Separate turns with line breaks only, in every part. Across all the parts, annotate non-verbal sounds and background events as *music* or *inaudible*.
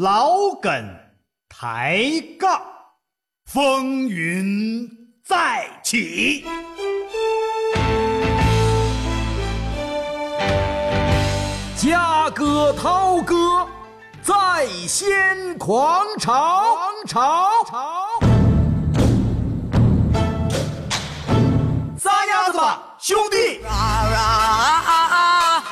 老梗抬杠，风云再起。
家歌涛歌在先狂潮，潮潮。
撒丫子吧，兄弟！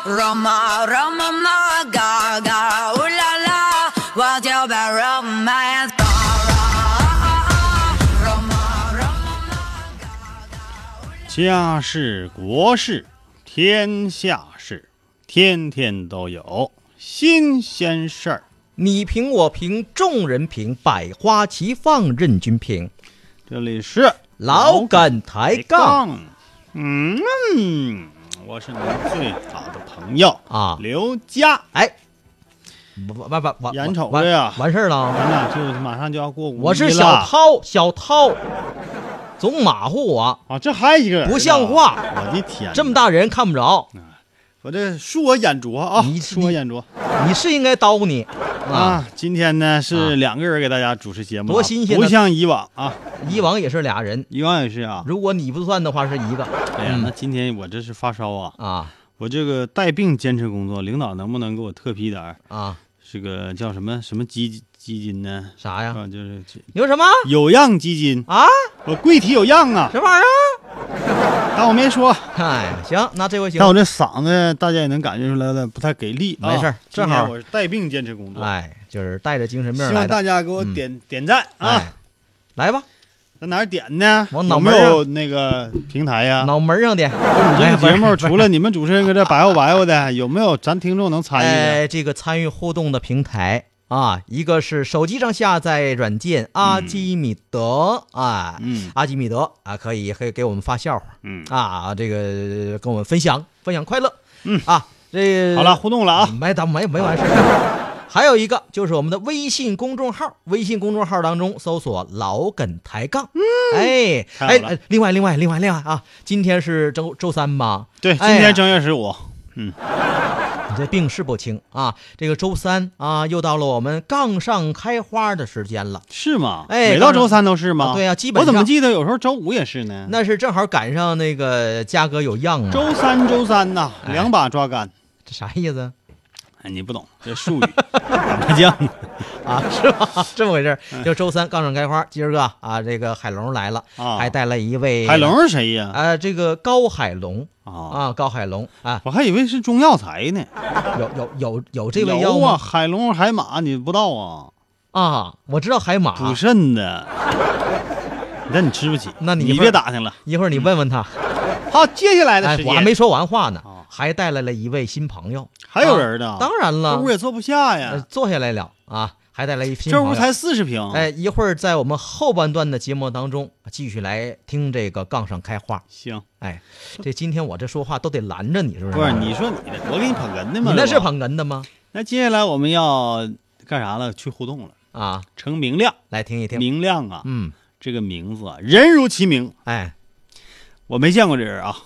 Roma, Roma, ma, ga, ga, ooh la la, what's your bad romance? Ga, ra, Roma, Roma, ma, ga, ga, ooh la la.
家事国事天下事，天天都有新鲜事儿。
你评我评，众人评，百花齐放，任君评。
这里是
老梗抬杠，
杠，嗯，我是您最好的朋友
啊
刘佳。
哎，完完完完，
眼瞅
完
着呀
完事儿了啊。
咱俩就马上就要过五一了，
我是小涛，小涛，总马虎我，
啊，这还一个人呢
不像话
我的天，
这么，大人看不着，
我这恕我眼拙啊，
你
恕我眼拙
你是应该叨咕你啊。
啊！今天呢
啊
是两个人给大家主持节目啊，
多新鲜呢
不像以往啊，
以往也是俩人，
以往也是啊。
如果你不算的话是一个
哎呀，
嗯
那今天我这是发烧啊，
啊
我这个带病坚持工作，领导能不能给我特批点儿？
啊
这个叫什么什么基基金呢？
啥呀？
啊，就是这
你说什么
有样基金，
啊？
我贵体有样啊，
什么玩意儿？
但我没说，
哎，行，那这回行
但。我这嗓子大家也能感觉出来了，不太给力啊。
没事儿
今
正
天
好
我是带病坚持工作，
哎，就是带着精神病
希
来
望大
的。
家给我
嗯
点点赞
哎
啊，，
来吧，
在哪儿点呢？
往脑
有
门
没
儿
有那个平台呀？
脑门上的。
你这
哎
个啊嗯节目
不是
除了你们主持人搁这白活白活的，有没有咱听众能参与的？
哎，这个参与互动的平台啊，一个是手机上下载软件阿基米德啊，
嗯
阿基米德啊，可以可以给我们发笑话
嗯，
啊，这个跟我们分享分享快乐，嗯啊，这
好了，互动了啊。
没咱没没完事儿。 *laughs* 还有一个就是我们的微信公众号，微信公众号当中搜索“老梗抬杠”，哎
嗯太好
哎
了
哎，另外另外另外另外啊，今天是周周三吧？
对，今
哎呀
天正月十五，
你这病是不轻啊！这个周三啊，又到了我们杠上开花的时间了。
是吗？
哎
每到周三都是吗？
啊对呀基本
我怎么
上
记得有时候周五也是呢？
那是正好赶上那个嘉哥有样啊，
嗯周三周三呐，
哎
两把抓杆。
这啥意思
哎，你不懂这术语， *laughs* 打麻将
啊？ *laughs* 是吧？这么回事儿，
嗯
就周三杠上开花。今儿个啊，这个海龙来了，
啊
还带来一位
海龙是谁呀？
啊，这个高海龙
啊，
啊，高海龙啊，
我还以为是中药材呢。
有有有有这位妖
有啊，
吗？
海龙海马，你不知道啊？
啊，我知道海马，
补肾
*laughs*
的，那你吃不起。
那你
你
一会儿
别打听了。
一会儿你问
嗯
问他。
好，接下来的
哎
时，间
我还没说完话呢
哦，
还带来了一位新朋友，
还有人呢
啊当然
这
了
屋，也坐不下
呃
呀，
坐下来了啊，还带来一新
这
朋
屋
友。
才四十平。
哎，，一会儿在我们后半段的节目当中继续来听这个杠上开花。
行，
哎，这今天我这说话都得拦着你，是不是？
不是你说你的，我给你捧哏的
你
嘛。
那是
吧
捧哏的吗？
那接下来我们要干啥了？去互动了。
啊，
程明亮，
来听一听。
明亮啊，
嗯，
这个名字啊，人如其名，
哎，
我没见过这人啊。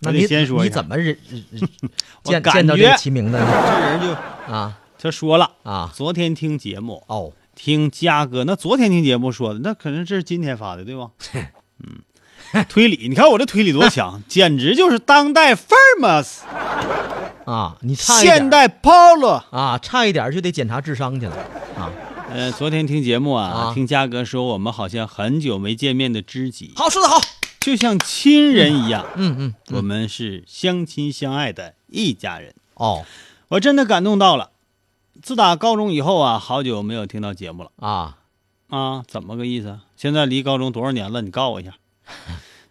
那
我得
你
先说一
你
下
怎么认认认
*laughs* 我
见
感
见到这个
觉
齐名的呢？
这人就
啊
他说了，
啊
昨天听节目，
哦，
听嘉哥，那昨天听节目说的，那可能这是今天发的，
*laughs*
对吧？嗯，推理，你看我这推理多
*laughs*
强，简直就是当代 famous，
啊，你差一点
现代 polo。
啊，差一点就得检查智商去了啊！
呃，昨天听节目啊，
啊
听嘉哥说我们好像很久没见面的知己，
好，说的好，
就像亲人一样，
嗯嗯，
我们是相亲相爱的一家人。
哦
我真的感动到了。自打高中以后啊，好久没有听到节目了
啊，
啊，怎么个意思啊？现在离高中多少年了？你告我一
*laughs*
下。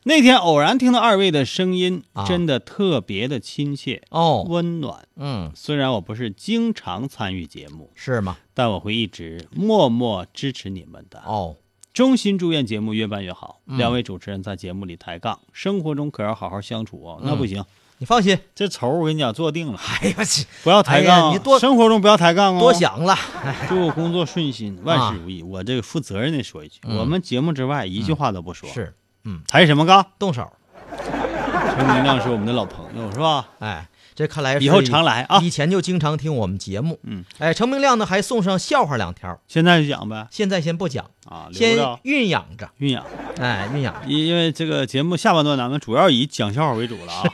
那天偶然听到二位的声音，
啊
真的特别的亲切、
哦，
温暖。
嗯，
虽然我不是经常参与节目，
是吗？
但我会一直默默支持你们的。
哦，
衷心祝愿节目越办越好。
嗯
两位主持人在节目里抬杠，生活中可要好好相处啊、
嗯
那不行，
你放心， *laughs*
这仇我跟你讲做定了，
哎呀，去
不要抬杠啊、
哎呀你多
生活中不要抬杠哦，
多想了，哎
祝我工作顺心，万事如意。我这个负责任的说一句，
嗯
我们节目之外一句话都不说。
是
抬什么杠？ *laughs*
动手，
陈明亮是我们的老朋友，是吧？
哎，这看来是
以后常来啊
以前就经常听我们节目。
嗯，
哎，程明亮呢还送上笑话两条，
现在就讲呗
现在先不讲，
啊，留
先
着
酝酿着。
酝酿。
哎，酝酿着。
因因为这个节目下半段咱们主要以讲笑话为主了
*laughs*
啊，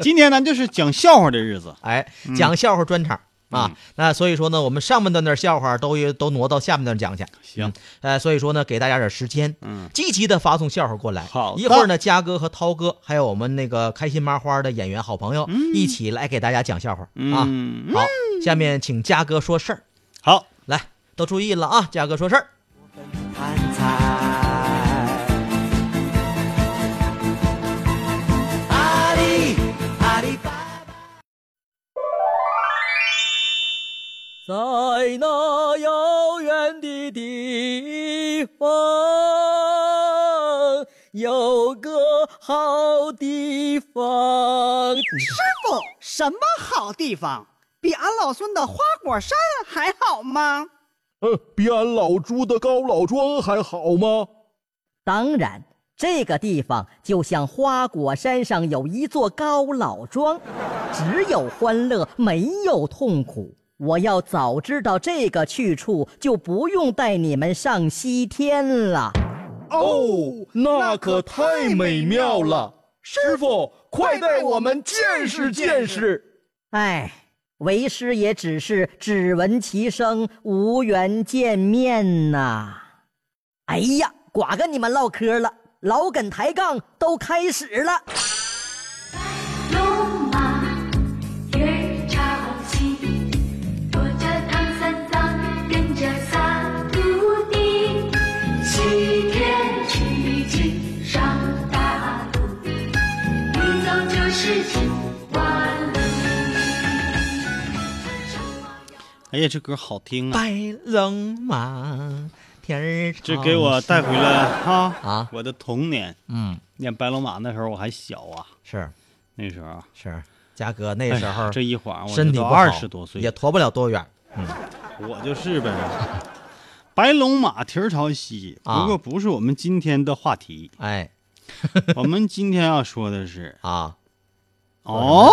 今天咱就是讲笑话的日子，
哎，
嗯
讲笑话专场、啊。那所以说呢，我们上半段的笑话都都挪到下半段讲去。
行
嗯，呃，所以说呢，给大家点时间，
嗯，
积极的发送笑话过来。
好的
一会儿呢，嘉哥和涛哥还有我们那个开心麻花的演员好朋友、一起来给大家讲笑话、啊。
嗯，
好，下面请嘉哥说事儿，
好，
来，都注意了啊，嘉哥说事儿。
看彩。阿里阿里巴巴。
在那遥远的地方，有个好地方。
师傅，什么好地方？比俺老孙的花果山还好吗？
呃，比俺老朱的高老庄还好吗？
当然，这个地方就像花果山上有一座高老庄，只有欢乐，没有痛苦。我要早知道这个去处，就不用带你们上西天了。
哦，那可太美妙了！师傅，快带我们见识见识。
哎，为师也只是只闻其声，无缘见面呐、哎呀，寡跟你们唠嗑了，老梗抬杠都开始了。
龙马日朝西，驮着唐三藏，跟着仨徒弟，西天取经上大路，一走就是几万里。
哎呀，这歌好听啊，
白龙马，天儿长
这给我带回了哈
啊
我的童年，
嗯，
念白龙马那时候我还小啊，
是
那时候，
是，嘉哥那时
哎
候
呀这一晃我
身体
都
不好
二十多岁
也驮不了多远。
我就是呗。白龙马蹄儿朝西，
啊
不过不是我们今天的话
*laughs*
题。
哎
我们今天要说的
*laughs*
是，
啊
哦，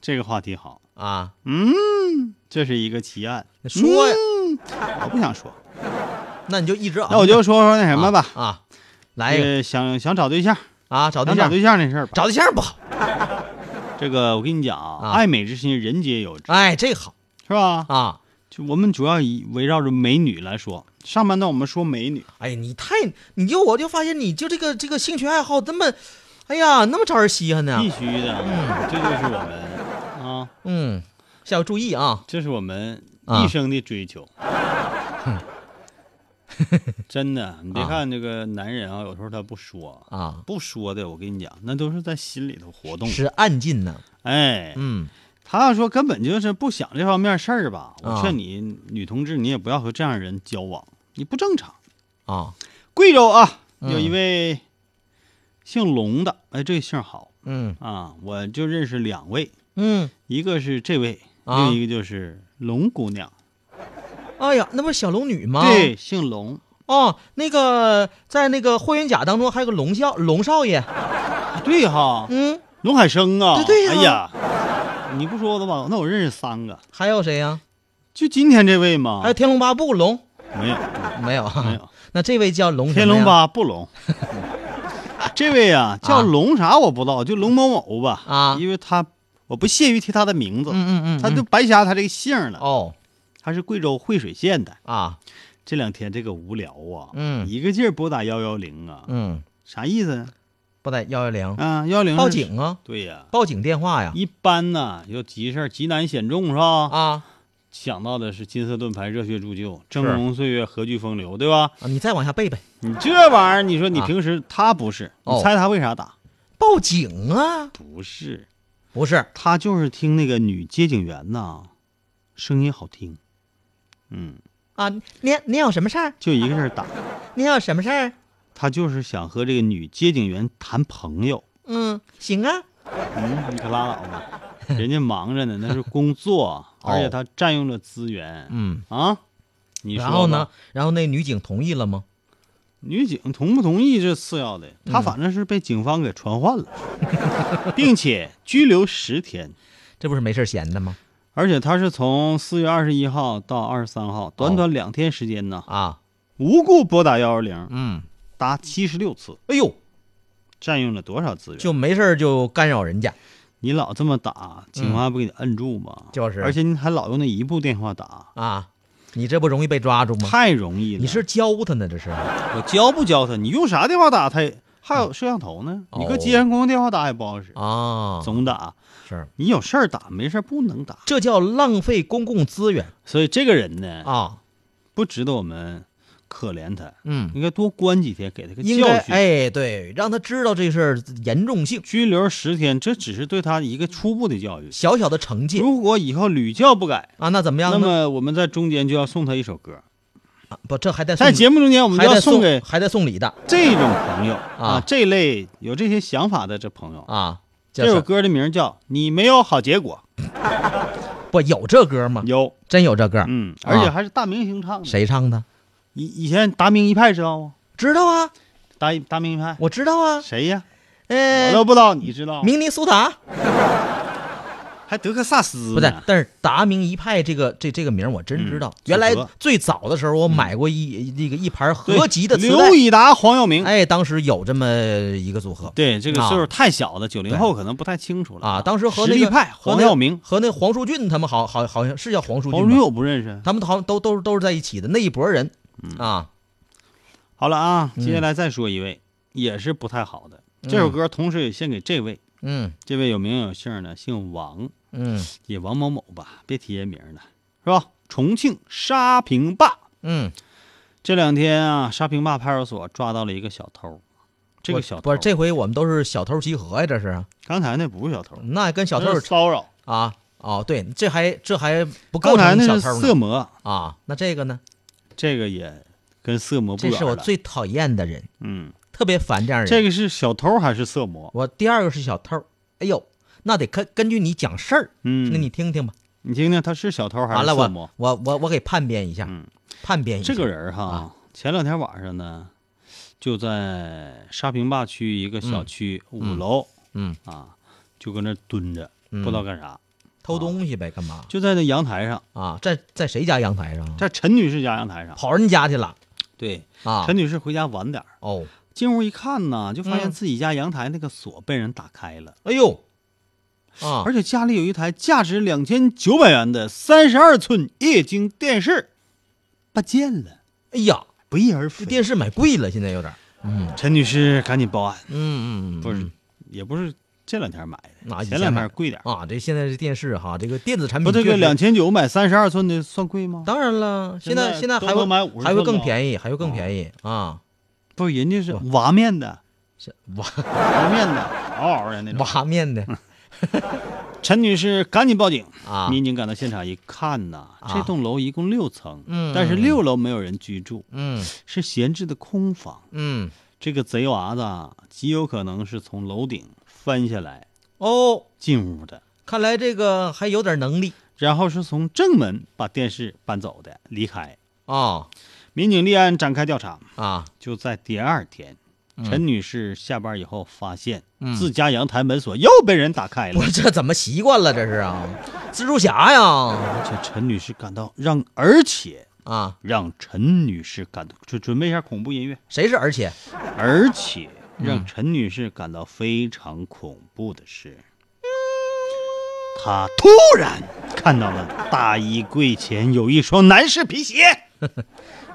这个话题好，
啊，
嗯，这是一个奇案。
那说呀，
嗯我不想说，
那你就一直熬。
那我就说说那什么吧。
啊，来一个
呃想想找对象，
啊，找对
想找
象，
对象那事儿吧。
找对象不好。
这个我跟你讲
啊
啊，爱美之心，人皆有之，
哎，这个好
是吧？
啊。
就我们主要以围绕着美女来说，上半段我们说美女，
哎呀，你太，你就我就发现你就这个这个兴趣爱好这么，哎呀，那么招人稀罕呢
必。须的，这就是我们啊，
嗯，下回注意啊。
这是我们
啊
一生的追求。
*laughs*
真的，你别看这个男人啊，有时候他不说
啊，
不说的，我跟你讲，那都是在心里头活动。
是暗劲呢。
哎，
嗯，
他要说根本就是不想这方面事儿吧，
啊
我劝你女同志，你也不要和这样的人交往，你不正常。
啊，
贵州啊，
嗯
有一位姓龙的，哎，这个姓好
嗯
啊，我就认识两位，
嗯，
一个是这位，
啊
另一个就是龙姑娘，
哎呀，那不是小龙女吗？
对，姓龙，
哦，那个在那个霍元甲当中还有个龙少龙少爷，
啊对哈，
嗯，
龙海生啊，
对对
哎呀，你不说的吧？那我认识三个，
还有谁呀、
就今天这位吗
还有？《天龙八部》龙
没有，
没有？
啊没有。
*laughs* 那这位叫龙什么呀
天龙八不
*laughs*
龙。这位啊，
啊
叫龙啥我不知道，就龙某某吧。
啊
因为他我不屑于提他的名字，
嗯嗯嗯嗯
他就白瞎他这个姓儿了。
哦
他是贵州惠水县的。
啊，
这两天这个无聊啊，
嗯
一个劲儿拨打幺幺零啊，
嗯，
啥意思呀？
拨打幺幺零
啊，幺幺零
报。警啊，
对呀、
报警电话呀
一般呢有急事儿急难险重是吧？
啊
想到的是金色盾牌、热血铸就、峥
是
嵘岁月、何惧风流，对吧？
啊，你再往下背背，
你这玩意儿，你说你
啊
平时他不是，
哦
你猜他为啥打？
报警啊，
不是，
不是
他就是听那个女接警员呐，声音好听，嗯，
啊，您您有什么事儿？
就一个事儿打，
您有什么事儿？
他就是想和这个女接警员谈朋友。
嗯，行啊，
嗯，你可拉倒吧，人家忙着呢，那是工
*laughs*
作，而且他占用了资源。
哦嗯，
啊，你说
然后呢
吧？，
然后那女警同意了吗？
女警同不同意这次要的，
*laughs*
他反正是被警方给传唤了，并且拘留十天。
这不是没事儿闲的吗？
而且他是从四月二十一号到二十三号，短短两天时间呢，
啊，
无故拨打幺幺零
嗯，
达七十六次，
哎呦，
占用了多少资源？
就没事儿就干扰人家，
你老这么打，警方不给你摁住吗？
嗯就是
而且你还老用那一部电话打，
啊，你这不容易被抓住吗？
太容易了。
嗯
啊
你是教他呢，这是
我教不教他？你用啥电话打他也？还有摄像头呢，
哦
你搁街上公用电话打也不好使，
啊，
总打。
是
你有事儿打，没事儿不能打。
这叫浪费公共资源
所以这个人呢，
啊，
不值得我们可怜他，
嗯，
应该多关几天，给他个
应该
教训。
哎，对，让他知道这事儿严重性，
拘留十天，这只是对他一个初步的教育。
小小的惩戒
如果以后屡教不改，
啊，那怎么
那
样呢？
么我们在中间就要送他一首歌，
啊不，这还得送
在节目中间我们
还
就要
得
送给
还得送礼的
这种朋友啊
啊，
这类有这些想法的这朋友，
啊，叫
这首
啥
歌的名叫《你没有好结果
不有这歌吗》，？
有，
真有这歌？
嗯，
啊
而且还是大明星唱的。
谁唱的？
以以前达明一派知道吗？
知道啊，
达达明一派
我知道啊，
谁呀？我
呃
都，不知道，你知道吗？
明尼苏达
还德克萨斯
不是
呢，，
但是达明一派这个这这个名儿我真知道。
嗯
原来
组合
最早的时候，我买过一那个一盘合集的
对
磁
刘
带，
以达、黄耀明。
哎，当时有这么一个组合。
对，这个
啊
岁数太小了，九零后可能不太清楚了
啊，当时和
实
那
力
个
派
和
黄
那
耀明、
和那黄舒骏他们好好好像是叫黄舒
黄
骏
忠
吧，
佑不认识。
他们好像都都都是在一起的那一拨人
嗯
啊。
好了啊，
嗯
接下来再说一位，也是不太好的。这首歌同时也献给这位，
嗯
这位有名有姓的，姓王，
嗯
也王某某吧，别提人名了，是吧？重庆沙坪坝
嗯，
这两天啊，沙坪坝派出所抓到了一个小偷。这个
我
小偷
不是这回我们都是小偷集合呀，这是
刚才那不是小偷，
那跟嗯小偷
那
有
是骚扰。
啊哦对，这还这还不
刚
构
才
成
那
小
是
偷
色
呢
魔，
啊，那这个呢？
这个也跟色魔不
这
远
是我
了
最讨厌的人，
嗯，
特别烦这样人。
这个是小偷还是色魔？
我第二个是小偷，哎呦，那得根根据你讲事儿，
嗯，
那你听听吧。
你听听，他是小偷还
完
是
了，
色
我
魔？
我我我给叛变一下，
嗯
叛变一下。
这个人哈，
啊
前两天晚上呢，就在沙坪坝区一个小区五
嗯
楼、
嗯，
啊，就搁那儿蹲着，
嗯
不知道干啥，
偷东西呗，干嘛
就在那阳台上，
啊？在在谁家阳台上啊？
在陈女士家阳台上。
跑人家去了
对，
啊
陈？女士回家晚点儿，
哦，
进屋一看呢，就发现
嗯
自己家阳台那个锁被人打开了，
哎呦，啊
而，且家里有一台价值两千九百元的三十二寸液晶电视，不见了，
哎呀，
不翼而
这
飞。
电视买贵了，现在有点儿。
陈女士赶紧报案，
嗯嗯，嗯
不是，也不是这两天买
啊
的，
以
前
前
两
买
天贵点儿。
啊，这现在这电视哈，这个电子产
不，
品
这
确
个
实
两千九买三十二寸的算贵吗？
当然了，现在
现
现
在
在
都
还会
能买50
还
寸
会更
了
便宜，还会更便宜啊！
不，人家是娃面的，
是挖
娃面的，嗷嗷的那种。
挖面的
嗯陈女士赶紧报警
啊
民警赶到现场一看呐，
啊
这栋楼一共六层，
嗯
但是六楼没有人居住，
嗯
是闲置的空房。
嗯
这个贼娃子啊极有可能是从楼顶翻下来
哦，
进屋的，
看来这个还有点能力
然后是从正门把电视搬走的，离开。哦
啊
民警立案展开调查，
啊！
就在第二天，陈女士下班以后发现
嗯
自家阳台门锁又被人打开了，
我这怎么习惯了？这是啊，蜘蛛侠呀
而且陈女士感到让，而且
啊！
让陈女士感到准准备一下恐怖音乐，
谁是而且
而且让陈女士感到非常恐怖的是，她突然看到了大衣柜前有一双男士皮鞋，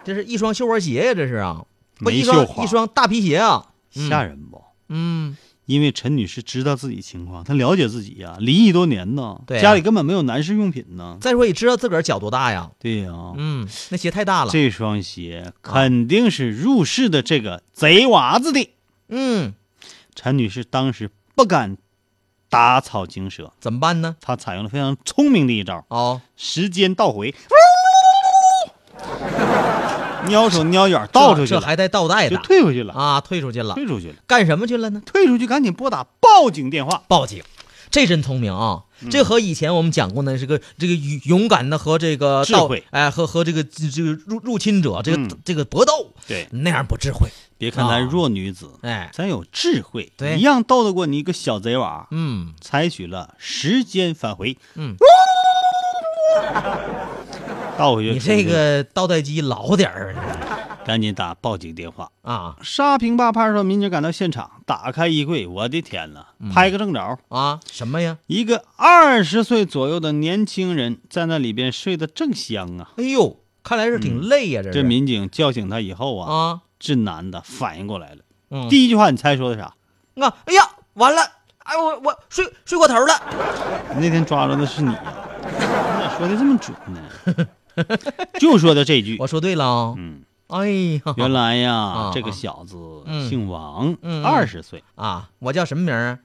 这是一双绣花鞋呀？这是啊，不
没
一
绣
双
花
一双大皮鞋啊！
吓人不？
嗯，
因为陈女士知道自己情况，她了解自己呀、离异多年呢，
对啊
家里根本没有男士用品呢。
再说也知道自个儿脚多大呀？
对呀、
嗯，那鞋太大了。
这双鞋肯定是入室的这个贼娃子的。
嗯，
陈女士当时不敢打草惊蛇，
怎么办呢？
她采用了非常聪明的一招，
哦，
时间倒 *laughs* 回，蹑手蹑脚倒出去
这
了，
这还带倒带
就
的
退回去了，
啊？退出去了，
退出去了，
干什么去了呢？
退出去赶紧拨打报警电话。
报警。这真聪明啊！
嗯
这和以前我们讲过呢，这个这个勇勇敢的和这个
智
道
慧
哎，和和这个这这个入入侵者这个、
嗯
这个搏斗，
对
那样不智慧，
别看咱弱女子，
哎，
咱有智慧，
对
一样斗得过你一个小贼娃。
嗯，
采取了时间返回，
嗯，
*laughs* 倒回去，
你这个倒带机老点儿
赶紧打报警电话。
啊
沙坪坝派出所民警赶到现场，打开衣柜，我的天呐，
嗯
拍个正着，
啊什么呀？
一个二十岁左右的年轻人在那里边睡得正香啊。
哎呦，看来是挺累呀、这
嗯这
是
民警叫醒他以后啊，
啊，
这男的反应过来了，
嗯，
第一句话你猜说的啥？
我哎呀，完了，哎我我睡睡过头
哎
了，
那天抓着的是你 *laughs* 呀、你咋说的这么准呢？就说的这
*laughs*
句
我，说对了啊、
嗯，
哎呀，
原来呀，
啊
这个小子
嗯
姓王
嗯嗯，
二十、岁，
啊，我叫什么名儿啊？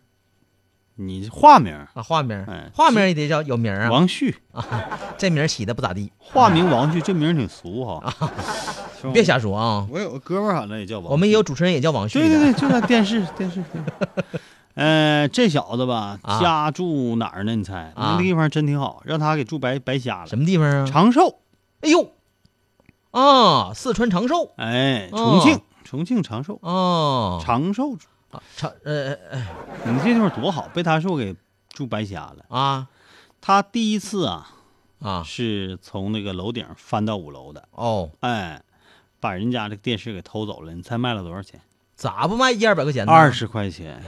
你化名
啊，化名
哎
儿，化名儿也得叫有名儿啊。
王旭，
这名儿起的不咋地，
化名王旭，这名儿挺俗哈、
啊
兄弟
别瞎说啊。
我有个哥们儿好像也叫王，
我们也有主持人也叫王旭
对
的，
对对，就在电视 *laughs* 电视。电视呃，这小子吧，
啊
家住哪儿呢？你猜？
啊
那地方真挺好，让他给住白白瞎了。
什么地方啊？
长寿，
哎呦，啊，四川长寿
哎，重
哦
庆，重庆长寿，
啊，
长寿，
长长呃呃
你这地方多好，被他说给住白瞎了。
啊
他第一次啊，
啊
是从那个楼顶翻到五楼的，
哦，
哎，把人家这个电视给偷走了。你猜卖了多少钱？
咋不卖一二百块钱呢？
二，十块钱。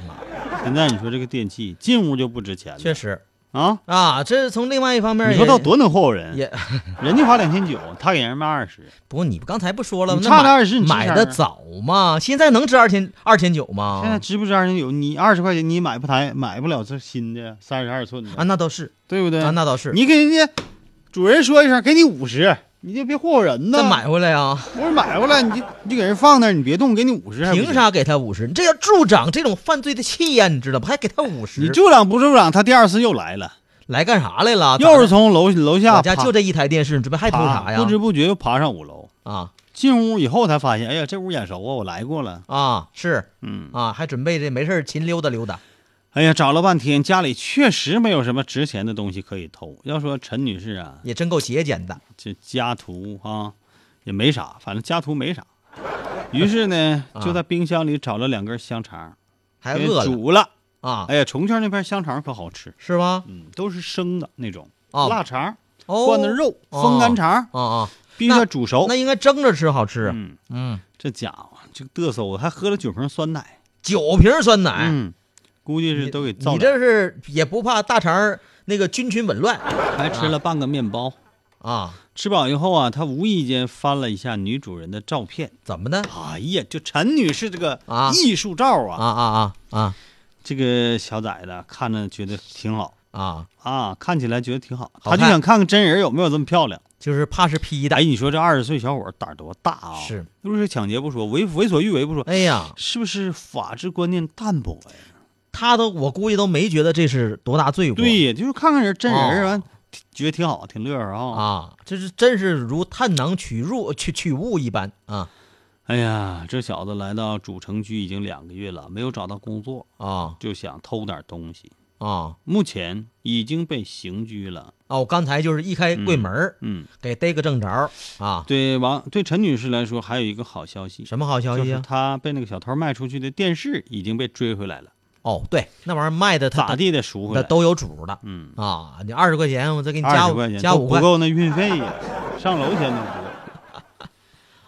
现在你说这个电器进屋就不值钱了，
确实
啊。
啊，这是从另外一方面也，
你说他多能霍霍人，
也，
人家花两千九，他给人卖二十，
不过你刚才不说了吗？
你
那
差
买
了20你吱
买
声
的
儿
早嘛，现在能值二千二千九吗？
现在值不值二千九？你二十块钱你买不台买不了这新的三十二寸的
啊，那倒是
对不对？
啊，那倒是，
你给人家主人说一声，给你五十，你就别霍霍人呢。
再买回来啊。
不是买回来，你就你就给人放那儿，你别动，给你五十。
凭？啥给他五十？你这要助长这种犯罪的气焰，你知道不？还给他五十？
你助长不助长？他第二次又来了，
来干啥来了？
又是从楼楼
咋的
下
啊我家
爬
就这一台电视，你准备还偷
爬
啥呀？
啊不知不觉又爬上五楼。
啊
进屋以后才发现，哎呀，这屋眼熟啊，我来过了。
啊是
嗯，
啊，还准备这没事儿勤溜达溜达
哎呀，找了半天，家里确实没有什么值钱的东西可以偷。要说陈女士啊，
也真够节俭的。
这家徒啊也没啥，反正家徒没啥。于是呢，
*laughs* 啊
就在冰箱里找了两根香肠，
还
给
饿了
煮了。
啊？
哎呀，重庆那边香肠可好吃，
是吗？
嗯，都是生的那种，
哦
腊肠
哦，
灌的肉，
哦
风干肠，
啊啊，
必须
那
得煮熟
那。应该蒸着吃好吃。
嗯，
嗯，
这家伙这嘚瑟，我还喝了九瓶酸奶，
九瓶酸奶，
嗯，估计是都给造
哎
了。
你这是也不怕大肠儿那个菌群紊乱
还吃了半个面包。
啊？
吃饱以后啊，他无意间翻了一下女主人的照片，
怎么的？
哎呀，就陈女士这个
啊
艺术照
啊
啊，
啊啊啊
这个小崽子看着觉得挺好
啊！
啊，看起来觉得挺好，他
好看
就想看看真人有没有这么漂亮。
就是怕是 P 的
哎，，你说这二十岁小伙儿胆儿多大啊？
是
入室抢劫不说，为为所欲为不说，
哎呀，
是不是法治观念淡薄呀？
他都我估计都没觉得这是多大罪过。
对呀，就是看看人真人儿
哦
完，挺觉得挺好，挺乐呵啊。
啊，这是真是如探囊取入 *laughs* 取取物一般啊
哎呀，这小子来到主城区已经两个月了，没有找到工作，
啊
就想偷点东西。
啊
目前已经被刑拘了。
啊！我刚才就是一开柜门儿、
嗯，
给逮个正着儿啊，
对王对陈女士来说，还有一个好消息，
什么好消
就
息
是
啊？
她被那个小偷卖出去的电视已经被追回来了，
哦，对，那玩意儿卖的他
咋地得赎回
那
来。
都有主儿的
嗯，
啊！你二十块钱，我再给你
二
加
十
五
块钱
加
都
五
不
块。
够那运费呀，上楼钱都不够。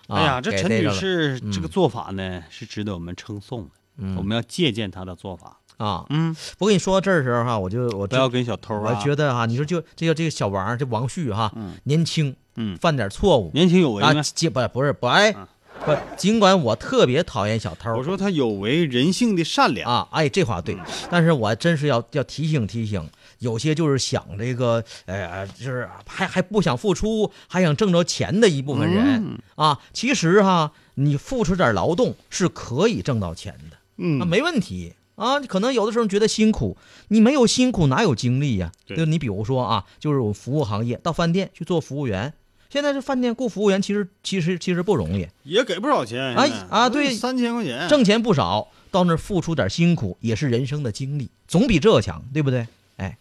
啊、
哎呀，这
给
陈
逮
女
着了
士
嗯
这个做法呢，是值得我们称颂的。我
嗯
们要借鉴她的做法，
啊，
嗯，
我跟你说到这儿的时候哈、我就
不
我这
要跟小偷啊。
我觉得哈、你说就这个这个小王儿这王旭哈、
嗯
年轻，
嗯
犯点错误，
年轻有为
啊，
呢。
尽不不是不哎，
嗯
不，尽管我特别讨厌小偷
我说他有为人性的善良，
啊，哎，这话对，
嗯
但是我真是要要提醒提醒，有些就是想这个，呃，就是还还不想付出，还想挣着钱的一部分
嗯
人、啊，其实哈，你付出点劳动是可以挣到钱的，那、
嗯，
没问题。啊，可能有的时候觉得辛苦，你没有辛苦哪有精力呀、
对
就你比如说啊，就是我服务行业到饭店去做服务员，现在这饭店雇服务员其实其实其实不容易，
也给不少钱。
哎
现在
啊对
三千块钱，
挣钱不少，到那儿付出点辛苦也是人生的经历，总比这强，对不对？哎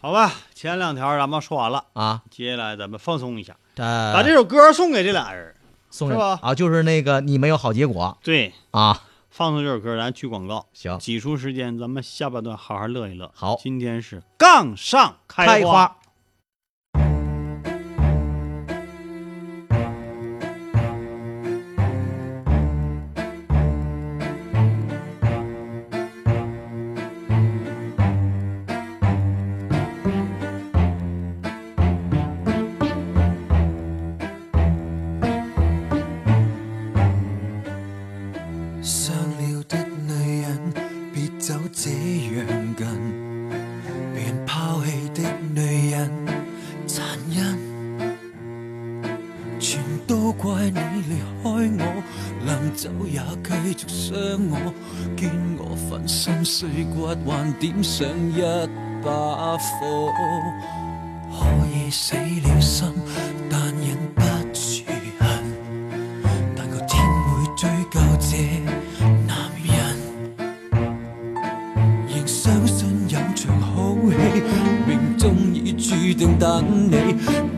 好吧，前两条咱们说完了，
啊，
接下来咱们放松一下，
他
把这首歌送给这俩人。
送
是
人
吧
啊，就是那个你没有好结果
对，
啊，
放松这首歌，咱去广告。
行，
挤出时间，咱们下半段好好乐一乐。
好
今天是杠上开
开花。
伤了的女人，别走这样近，被人抛弃的女人，残忍。全都怪你离开我，临走也继续伤我，见我粉身碎骨，还点上一把火。可以死了心，但忍不住恨。但個天會追究這男人，仍相信有場好戲，命中已注定等你，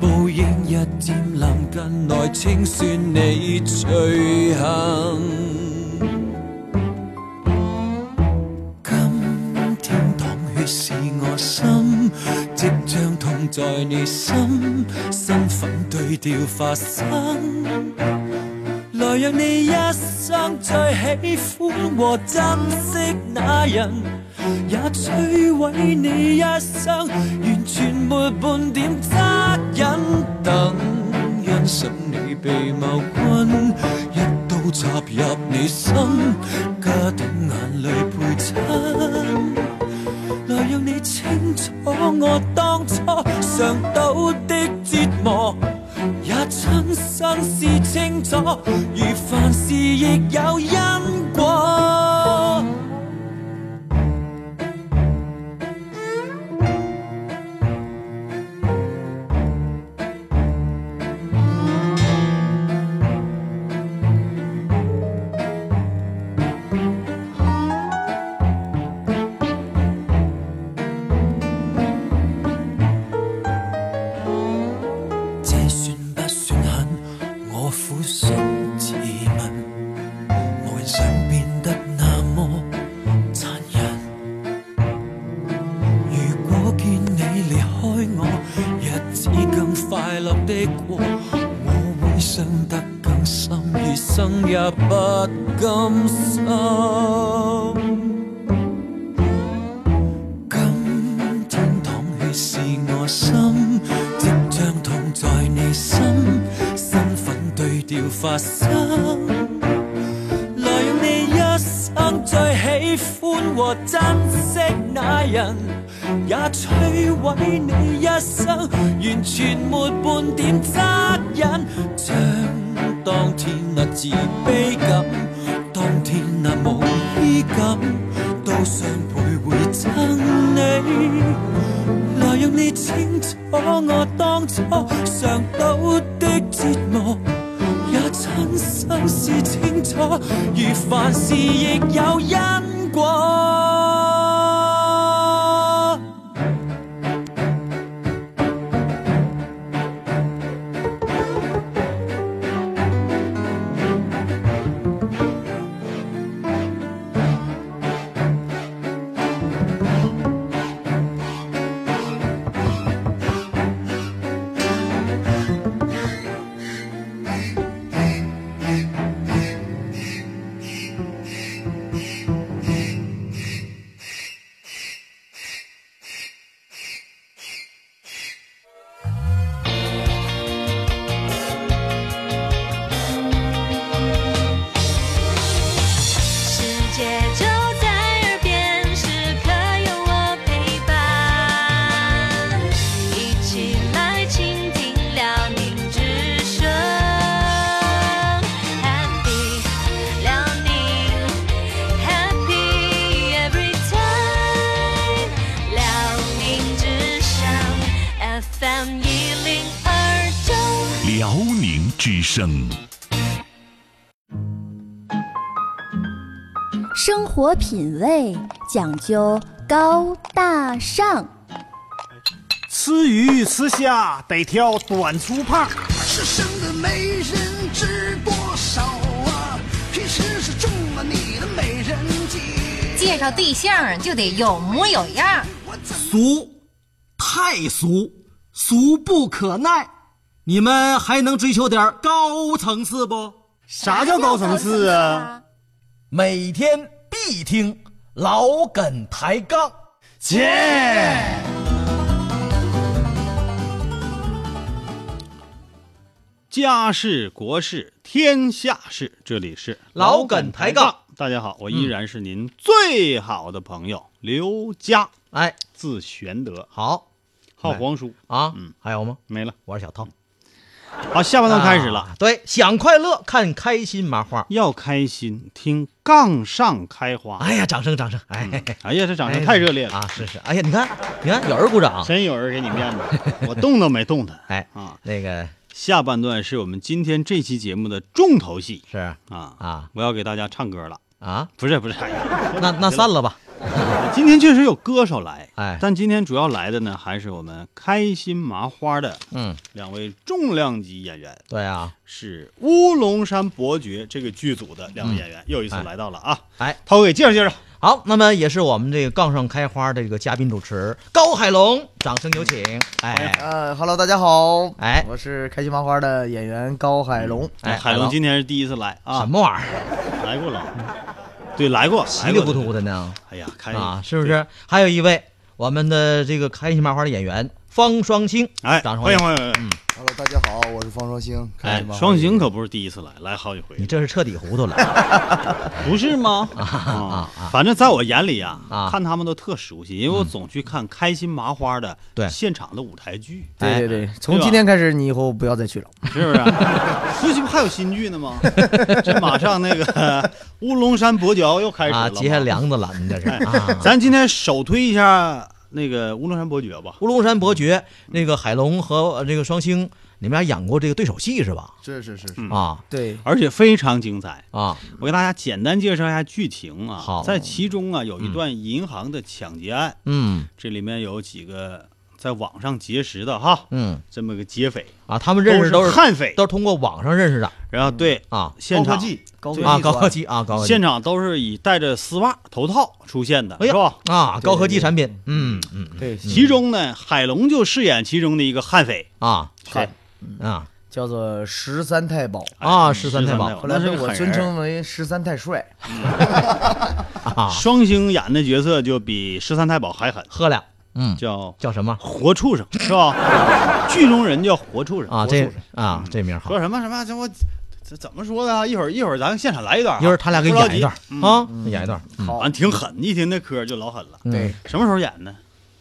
報應日漸臨近來清算你罪行。今天淌血是我心，即將痛在你心，身份對調發生。來讓你一生最喜歡和珍惜那人，也摧毀你一生，完全沒半點惻隱。等欣賞你被謀君，一刀插入你心，家庭眼淚陪襯。來讓你清楚我當初嘗到的折磨，也親身是清楚，如凡事亦有因果。這算不算狠？我苦心自問，無人想變得那麼殘忍。如果見你離開我，日子更快樂的過，我會傷得更深，餘生也不甘心。今天淌血是我心，即將痛在你心，身份對調發生。來讓你一生最喜歡和珍惜那人，也摧毀你一生，完全沒半點惻隱。將當天那自卑感，當天那無依感，都想徘徊憎你。來讓你清楚我當初嘗到的折磨，也親身是清楚，如凡事亦有因果。
世界就在耳边，时刻有我陪伴。一起来倾听辽宁之声，Happy 辽宁，Happy every time。辽宁之声 FM 一零二九。
辽宁之声。
生活品味讲究高大上，
吃鱼吃虾得挑短粗胖，
是生的没人知多少啊，平时是中了你的美人计。
介绍对象就得有模有样，
俗，太俗，俗不可耐。你们还能追求点高层次不？
啥叫高层次啊？
每天必听老梗抬杠，
切！
家事国事天下事，这里是
老梗抬杠。
大家好，我依然是您最好的朋友刘佳，
哎，
字玄德，
好，
好皇叔
啊，嗯，还有吗？
没了，
我是小涛。
好，下半段开始了。
啊对，想快乐，看开心麻花，
要开心，听杠上开花。
哎呀，掌声，掌声！哎，
哎呀，这掌声太热烈了
啊！是是，哎呀，你看，你看，有人鼓掌，
真有人给你面子，我动都没动他。
哎
啊，
那个
下半段是我们今天这期节目的重头戏，
是啊
啊，我要给大家唱歌了
啊！
不是不是，哎呀
那那散了吧。
今天确实有歌手来，
哎，
但今天主要来的呢，还是我们开心麻花的，
嗯，
两位重量级演员，
对啊，
是乌龙山伯爵这个剧组的两位演员，又一次来到了啊，
嗯哎，
涛哥给介绍介绍。
好，那么也是我们这个杠上开花的这个嘉宾主持人高海龙，掌声有请。哎，
呃哈喽，大家好，
哎，
我是开心麻花的演员高海龙。
嗯
哎，海龙今天是第一次来啊，
什么玩意儿？
来过了，对，来过，
稀
来
里
过
糊涂的呢。
哎呀，开
啊，是不是？还有一位我们的这个开心麻花的演员方双星，
哎，
掌声
欢迎欢迎。欢迎
嗯，
哈喽，大家好，我是方双星。开
哎
心，麻花
双星可不是第一次来，来好几回。
你这是彻底糊涂了。
不是吗？啊，反正在我眼里啊，
啊
看他们都特熟悉，因为我总去看开心麻花的现场的舞台剧。
对对
哎
对，从今天开始，你以后不要再去了。
是不是？最近不还有新剧呢吗？ *laughs* 这马上那个乌龙山伯爵又开始
啊，
了，
结下梁子了，你这是
哎
啊。
咱今天首推一下那个乌龙山伯爵吧。
乌龙山伯爵那个海龙和呃这个双星，你们俩演过这个对手戏是吧？
是是是是
啊，
*laughs*
对，
而且非常精彩
啊！
我给大家简单介绍一下剧情啊。
好
在其中啊有一段银行的抢劫案，
嗯，
这里面有几个在网上结识的哈，
嗯，
这么个劫匪
啊，他们认识
都
是
悍匪，
都是通过网上认识的。
然后对
啊，
现场
高
啊，高科技啊，高科技
现场都是以带着丝袜、头套出现的，
哎
是吧
呀？啊，高科技产品，嗯嗯
对，
其中呢，海龙就饰演其中的一个悍匪
啊，
是
啊，
叫做十三太保
啊十三太保
后来被我尊称
那
为十三太帅。
啊
双星演的角色就比十三太保还狠，
喝俩，嗯，
叫
叫什么？
活畜生是吧？ *laughs* 剧中人叫活畜生
啊，
活畜
这
生
啊这名好
说，什么什么，这我这怎么说的啊？一会儿一会儿咱现场来一段啊，
一会儿他俩给
不
你
着
演
急
一段
嗯
啊，演一段。
完挺狠，一听那嗑就老狠了。
嗯对，
什么时候演的？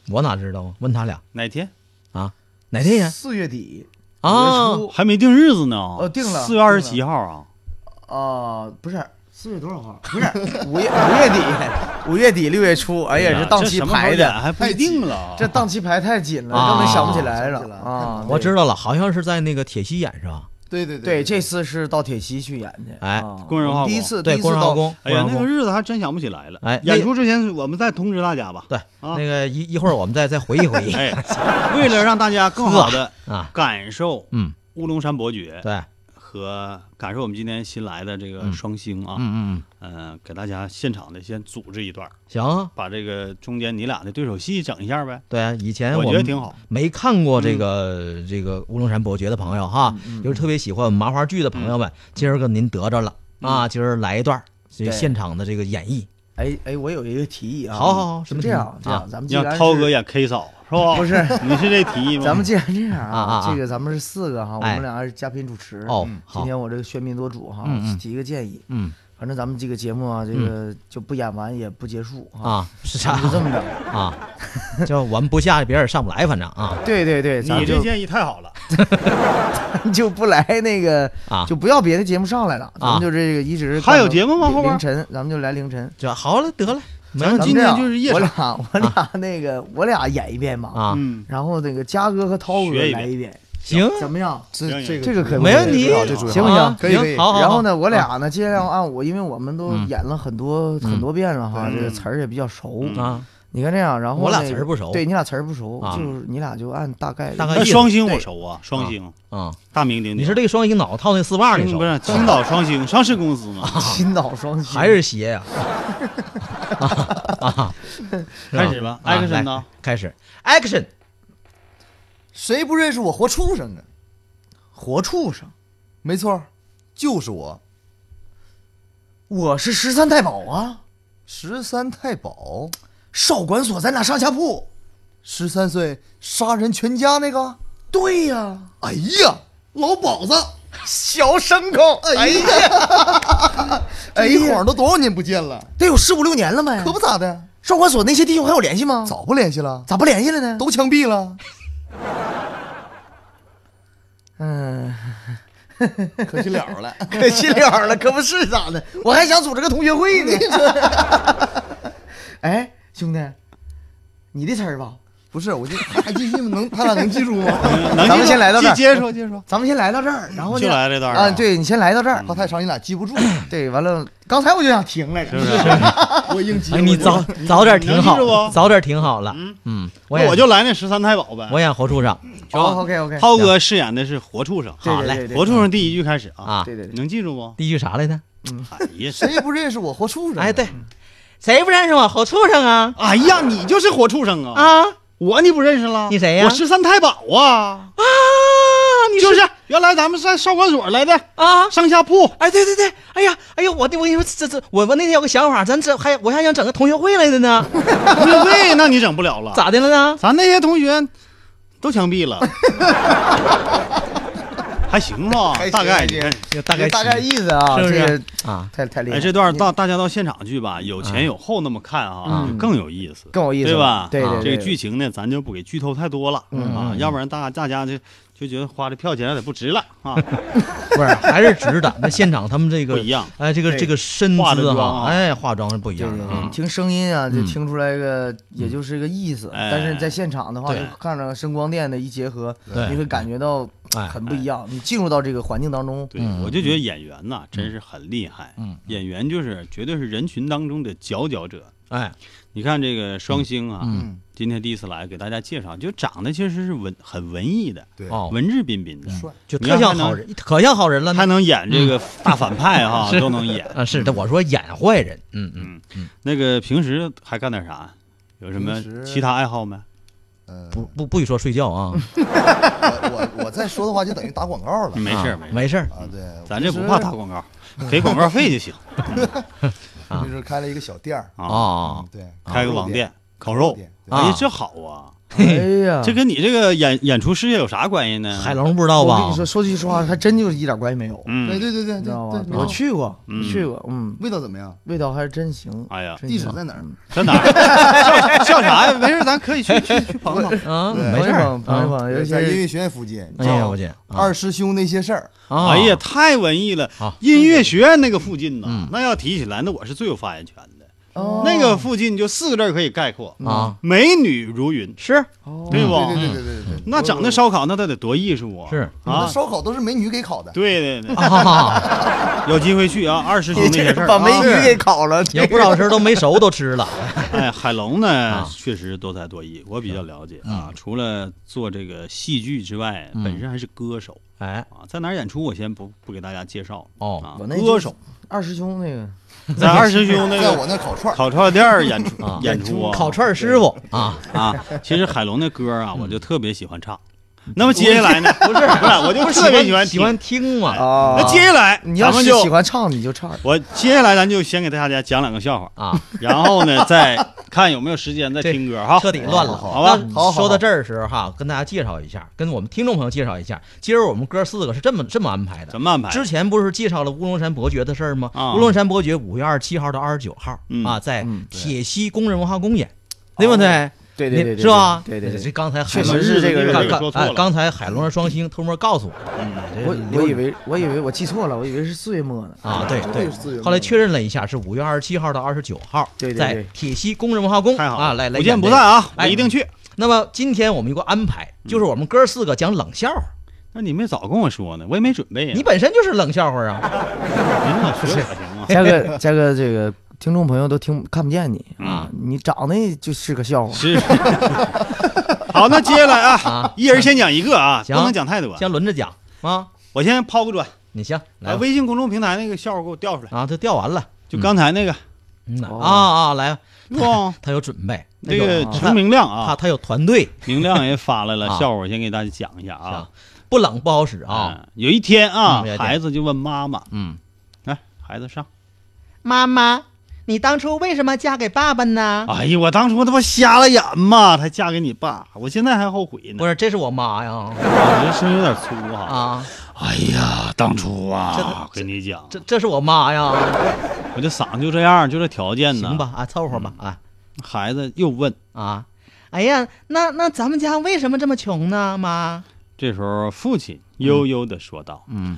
我哪知道啊？问他俩
哪天？
啊，哪天呀？
四月底
啊
五月初
还没定日子呢。
呃定了
四月二十七号啊。
啊，不是四月多少号？ *laughs* 不是五月五 *laughs* 月底，五月底六月初。哎
哎呀
啊
呀，档期排
这什么时候
的
演还不一定了
这档期排太紧了，
啊
根本想不起来了啊！
我知
道，
道了，好像是在那个铁西演是吧？
对对对，这次是到铁西去演去。啊
哎，
工人化工
第一次
对
第一次
工人化
到
工，
哎呀，
工人
那
化
个
工
日子还真想不起来了。
哎那
演出之前我们再通知大家吧。
对，
啊
那个一一会儿我们再再回忆回忆。
*laughs* 哎，为了让大家更好
*laughs*
的
呵啊
感受，
嗯，
乌龙山伯爵
对，
和感受我们今天新来的这个
嗯
双星啊，
嗯嗯
嗯，呃，给大家现场的先组织一段，
行啊，
把这个中间你俩的对手戏整一下呗。
对啊，以前
我觉
们
得挺好。
没看过这个、这个乌龙山伯爵的朋友哈，就是特别喜欢麻花剧的朋友们，今儿个您得着了、啊，今儿来一段这个
对
现场的这个演绎。
哎哎，我有一个提议啊，
好好好什
是
么
这
提议
样这
啊
样，咱们
你
既然
让
是
涛哥演 K 嫂是吧？
不是
你是这提议吗？
*laughs* 咱们既然这样
啊啊啊
这个咱们是四个哈，我
哎
们俩是嘉宾主持
哦
嗯
好
今天我这个喧宾夺主哈
嗯嗯，
提一个建议，
嗯，
反正咱们这个节目啊，这个就不演完也不结束哈
啊，是啥
就这么着。
啊，叫我们不下，别人上不来，反正啊，
对对对，咱
你
们
这
就
建议太好了，
*laughs* 就不来那个
啊
就不要别的节目上来了，咱们就这个一直
还有节目吗
凌
后边
凌晨，咱们就来凌晨。
这好了，得了，没
咱
问
们
题
这样
就是夜
我
场
俩我俩那个我俩演一遍吧，
啊，
嗯，
然后那个嘉哥和涛哥
学一遍
来一遍，
行，
怎么样？
行
这
行
这个可以
没问题
行
这
不
主意
行？
啊可以
行
可以好好好啊
然后呢，我俩呢，尽量按我，因为我们都演了很多很多遍了哈，
嗯
这个词儿也比较熟
啊。
你看这样，然后
我俩
那
词儿
个
不熟
对你俩词儿不熟，
啊
就是你俩就按大概
大概
那
意思
双星我
对
熟啊，双星
啊，
大名鼎鼎。
你是这个双星脑套那丝袜里
青
手
不是青岛双星上市公司嘛？
啊
青岛
*laughs*
双星
还是鞋呀？啊，是
开始吧
啊
action
来
呢
开始，action，
谁不认识我活畜生啊？活畜生，没错儿，就是我。我是十三太保啊！十三太保，少管所咱俩上下铺。十三岁杀人全家那个？对呀、哎呀，老鸨子，小牲口！哎呀，
哎
*laughs* 这
呀
一晃都多少年不见了？得有十五六年了呗。可不咋的，少管所那些弟兄还有联系吗？早不联系了，咋不联系了呢？都枪毙了。
嗯，
可惜了了
*laughs* 可惜了了，可不是咋的，我还想组织个同学会呢。 *laughs* 哎，兄弟，你的词儿吧？
不是，我就还继续能，他俩能记住吗
*laughs* 能
咱们先来到这儿，
接接着接着，
咱们先来到这儿，然后呢
就来这段儿
啊，
啊
对你先来到这儿，
怕太长你俩记不住。
*clears throat* 对，完了，刚才我就想停来着，
是不是 *laughs*
我应急
哎，你早早点挺
你能记住
好，
不
早点挺好了。嗯，
那
也
我就嗯来那十三太保呗。
我演活畜生，
行吧
哦，OK，OK
涛哥饰演的是活畜生。
对对对
好嘞
对对
活畜生第一句开始啊，
对对对
能记住不？
第一句啥来着？
嗯
哎呀，
谁也不认识我活畜
嗯
生。
哎，对，谁不认识我活畜生啊？
哎呀，你就是活畜生啊！
啊，
我你不认识了？
你谁呀
我十三太保啊！啊，
你
就是原来咱们在少管所来的
啊，
上下铺。
哎，对对对，哎呀，哎呀，我我跟你说，这这，我我那天有个想法，咱这还我还想整个同学会来的呢，
同学会那你整不了了，
咋的了呢？
咱那些同学都枪毙 *laughs* 了，还行吧？大概你看
大概
大概意思啊，
是不是
这个
啊？
太太厉害
哎，
了，
这段到大家到现场去吧，有前有后那么看啊，
嗯
就更有意思，
更有意思
对吧？
对对
啊
对
这个剧情呢，咱就不给剧透太多了
嗯
啊，
嗯
要不然大大家就就觉得花这票钱有点不值了
*laughs*
啊。
不是，还是值的。那现场他们这个
不一样
哎，这个
对
这个身
化的
姿
妆
哈，
啊
哎，化妆是不一样的
你
啊。
听声音啊，就
嗯
听出来个，
嗯
也就是一个意思。
哎
但是在现场的话，就
对
看着声光电的一结合，
对
你会感觉到
哎
很不一样。你进入到这个环境当中，
对，我就觉得演员呐，真是很厉害。
嗯
演员就是绝对是人群当中的佼佼者。
哎，
你看这个双星啊，
嗯嗯
今天第一次来给大家介绍，就长得其实是文很文艺的，
对哦
文质彬彬的，
就
你要
特像
还能
好人，可像好人了呢。
还能演这个大反派哈，
嗯 *laughs* 是
都能演。
啊！是的，我说演坏人，嗯嗯嗯，
那个平时还干点啥？有什么
平时
其他爱好没？
不
嗯
不不许说睡觉啊，
我我我再说的话就等于打广告了。
没事儿
啊
事儿
没事儿
啊，对，
咱这不怕打广告，给广告费就
*laughs*
行。
告，就是开了一个小店儿嗯
啊
啊
对，
开个网
哦
店，烤肉。哎呀，这好啊！
哎
嗯
呀，
这跟你这个演演出事业有啥关系呢？
海龙不知道
我跟
吧
你？说，说句实话，还真就是一点关系没有。
嗯
对对对对
你知
对
道吗？
对，
我去过，我
嗯
去过，嗯，
味道怎么样？
味道还是真行。
哎呀，
真
地
行
址在哪儿？
在 *laughs* 哪儿？笑笑啥 *laughs* 呀？没事，咱可以去去去捧
*laughs*
捧。
啊，
对
没事儿
朋友们朋友
啊
们有一
在音
些
乐学院附近。
哎呀我去啊
二师兄那些事儿，
啊！
哎呀，，太文艺了！音乐学院那个附近呢，
嗯
那要提起来，那我是最有发言权的。
哦
那个附近就四个字儿可以概括
啊，
美女如云，
是嗯
对不？
哦对对对对对对，
那整那烧烤，那得得多艺术啊！
是
我们
啊，
烧烤都是美女给烤的。
对对
*laughs*
对，
啊，
有机会去啊！二师兄那
*laughs*
些事儿，
*laughs* 把美
啊
女给烤了，
有不少吃都没熟都吃了，
哎，海龙呢，
啊
确实多才多艺，我比较了解啊。除了做这个戏剧之外，
嗯
本身还是歌手
哎
啊。在哪儿演出，我先不不给大家介绍
哦
啊
我。那
歌手
二师兄那个，
*laughs* 在二师兄那
在我
个
那烤串儿，
烤串店儿演出
啊
演出啊
烤串儿师傅啊，
啊。其实海龙的歌啊，我
嗯
就特别喜欢唱。那么接下来呢？不是，我就特别喜欢
喜
听
欢。听嘛
啊
那接下来，
你要
咱
是
们就哎
喜欢唱，你就唱。
我接下来咱就先给大家讲两个笑话，
啊，
然后呢，再看有没有时间再听歌哈。嗯
彻底乱了，
好吧？
那说到这儿的时候哈，跟大家介绍一下，跟我们听众朋友介绍一下，今儿我们哥四个是这么这么安排的。
怎么安排？
之前不是介绍了乌龙山伯爵的事儿吗？
啊
乌龙山伯爵五月二十七号到二十九号、
嗯哦
啊，在
嗯对
铁西工人文化宫演，对不对？
对对
你
对，对
是吧？
对对对，
这刚才海
确
龙
实是这个
日子
日
这个
刚刚
子
说错了嗯
哎刚才海龙儿双星偷摸告诉我，
我
这
我以为我以为我记错了，我以为是四月末呢。
啊，对
这是自由
对，
的
后来确认了一下是五月二十七号到二十九号，
对对对
在铁西工人文化宫
太好了
啊，来来
不见
演
不
这个
散啊！我
哎
一定去。
那么今天我们有个安排，就是我们哥四个讲冷笑话。
那你没早跟我说呢，我也没准备呀。
你本身就是冷笑话啊！
您老学我行吗？
*laughs*
嘉哥，嘉哥，这个
听众朋友都听看不见你啊，你长得就是个笑话。
是。 *laughs* 好，那接下来啊，一人先讲一个啊，不
行
能讲太多，
先轮着讲啊。
我先抛个砖，
你行，
来微信公众平台那个笑话给我调出来
啊，都调完了，
就刚才那个
啊啊，来吧，
哇，
他有准备，
这个
他
陈明亮啊，
他他有团队，
明亮也发来了
啊
笑话，先给大家讲一下啊。
不冷不好使啊。
有一天啊
嗯有一，天
孩子就问妈妈，
嗯，
来，孩子上。
妈妈，你当初为什么嫁给爸爸呢？
哎呀，我当初他妈瞎了眼嘛，才嫁给你爸，我现在还后悔呢。不
是，这是我妈呀，
我这声音有点粗哈。
啊，
哎呀，当初啊，跟你讲，
这这是我妈呀，
我这嗓子就这样，就这条件呢。
行吧，啊，凑合吧，啊。
孩子又问
啊，
哎呀，那那咱们家为什么这么穷呢？妈，
这时候父亲悠悠的说道：“
嗯，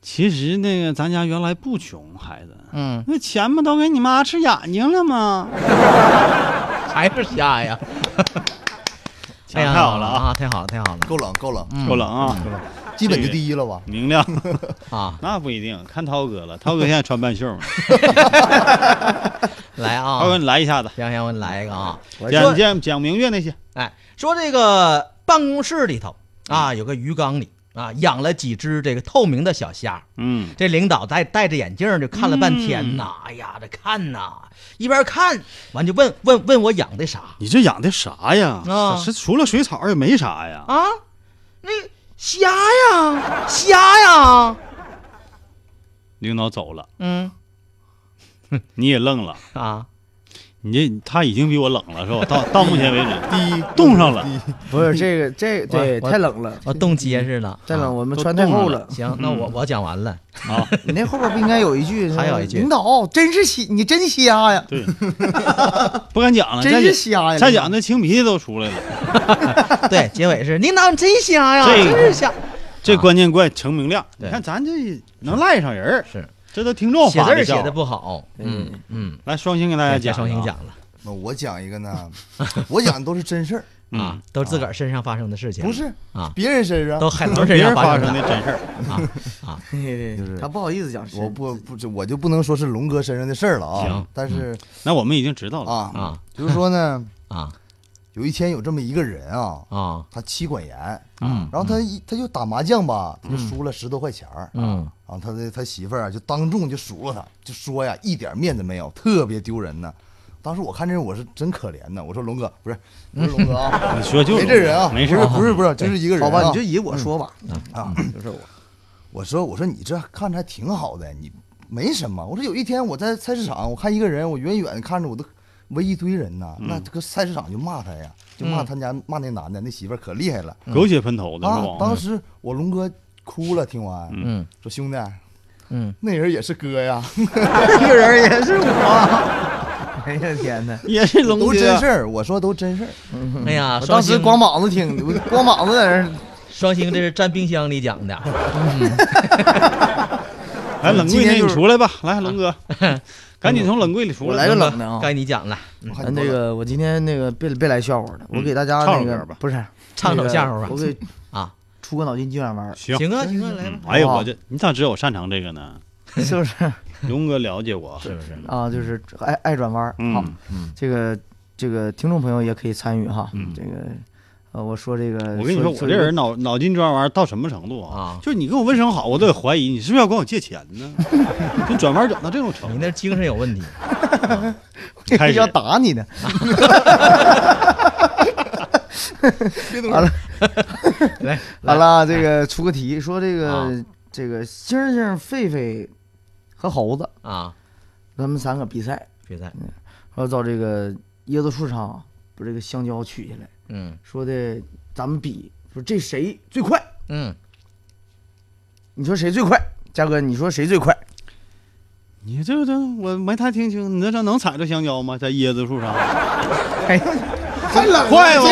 其实那个咱家原来不穷，孩子，
嗯，
那钱不都给你妈吃眼睛了吗？
还是瞎呀？
哎呀，太好了啊，
太好了，太好了，
够冷，够冷，
够冷啊，
基本就第一了吧？
明亮 *laughs*
啊，
那不一定，看涛哥了，涛哥现在穿半袖嘛。
来啊，
涛哥你来一下子，
行行，我来一个啊，
讲讲讲明月那些，
哎，说这个办公室里头啊，有个鱼缸里啊，养了几只这个透明的小虾。
嗯，
这领导戴戴着眼镜儿就看了半天呐，
嗯
哎呀，这看呐，一边看完就问问问我养的啥
你这养的啥呀？
啊
是除了水草也没啥呀。
啊？那虾呀，虾呀，
领导走了，
嗯，
你也愣了
啊？
你这他已经比我冷了是吧？到到目前为止，
第一
冻上了，
不是这个这对
我
太冷了，
我冻结实了，
太冷
啊
我们穿太厚了嗯
行，那我我讲完了
啊，
*laughs* 你那后边不应该有一 *laughs* 句？
还有一句
领导哦真是瞎， *laughs* 你真瞎呀！
对，不敢讲了，
真
再
是
讲
瞎呀
再讲那青皮都出来
啊
了，
*laughs* 对，结尾是领导你真瞎呀，
这
真
个
是瞎。
*laughs* 这关键怪程明亮。你
对
看咱这能赖上人儿
是，
这都听众
写字
发
儿
笑
写
话
的不好，嗯嗯，
来双星给大家哎讲，啊
双星讲了
那我讲一个呢， *laughs* 我讲的都是真事儿，
啊，都是自个儿身上发生的事情，
不是
啊，
别人身上
都海龙身上发的啊啊，
对对，
他
不好意思讲，我不不，这我就不能说是龙哥身上的事儿了啊
行。
但是
那我们已经知
嗯
道了
啊
啊，
就是说呢
啊，
有一天有这么一个人啊
啊，
他妻管严，
嗯
然后他一他就打麻将吧，他就输了十多块钱儿
嗯
然后他的他媳妇儿啊，就当众就数落他，就说呀，一点面子没有，特别丢人呢。当时我看这人我是真可怜呢，我说龙哥不是不是龙哥啊，
你说就是
没这人啊，
嗯没事
不
啊
是不是不是，就是一个人
好
啊。
吧，你就以我说吧，
啊，
就是我。
我说我说你这看着还挺好的，你没什么。我说有一天我在菜市场，我看一个人，我远远看着我都围一堆人呐，那这个菜市场就骂他呀，就骂他家、骂那男的，那媳妇儿可厉害了，
狗血喷头的是吧
啊？，当时我龙哥哭了，听完，
嗯，
说兄弟，
嗯，
那人也是哥呀，那个人也是我。啊
哎呀天哪，
*laughs* 也是啊龙
都
哥
真事儿，我说都真事儿。
哎呀
我当
双
时
星
光膀子听，我光膀子在那儿。
双星这是站冰箱里讲的，
来冷
今
柜
天
那
就
你
是
出来吧，来龙
*laughs*
哥，赶紧从冷柜里出
我
来。
来个冷的啊
该你讲了，嗯
看
啊那个我今天那个别别来笑话了，
嗯
我给大家
唱
那
首
个
歌吧
不是
唱首
那个
笑话吧
我给
啊
出个脑筋急转弯儿。
行
行啊行啊来吧
哎呀，
好不好
我这你咋知道我擅长这个
*laughs*
呢？
是不是？ *laughs*
龙哥了解我，
是不是？
啊，就是爱爱转弯儿。
嗯嗯
好，这个这个听众朋友也可以参与哈。这个呃，我说这个，
我跟你说，我这人
呢，
脑脑筋转弯到什么程度啊？就是你给我问声好，我都得怀疑你是不是要管我借钱
*laughs*
呢？就转弯转到这种程度，
你那精神有问题。
开始
*laughs* 要打你呢。 *laughs*
*laughs*
好了，
来，
好了，这个出个题，说这
啊
个这个猩猩、狒狒和猴子
啊，
他们三个比赛，
比赛，
然后到这个椰子树上啊把这个香蕉取下来，
嗯
说的咱们比，说这谁最快？
嗯，
你说谁最快？嘉哥，你说谁最快？
你这这我没太听清，你那这能踩着香蕉吗？在椰子树上？
哎，
太冷了
快吗？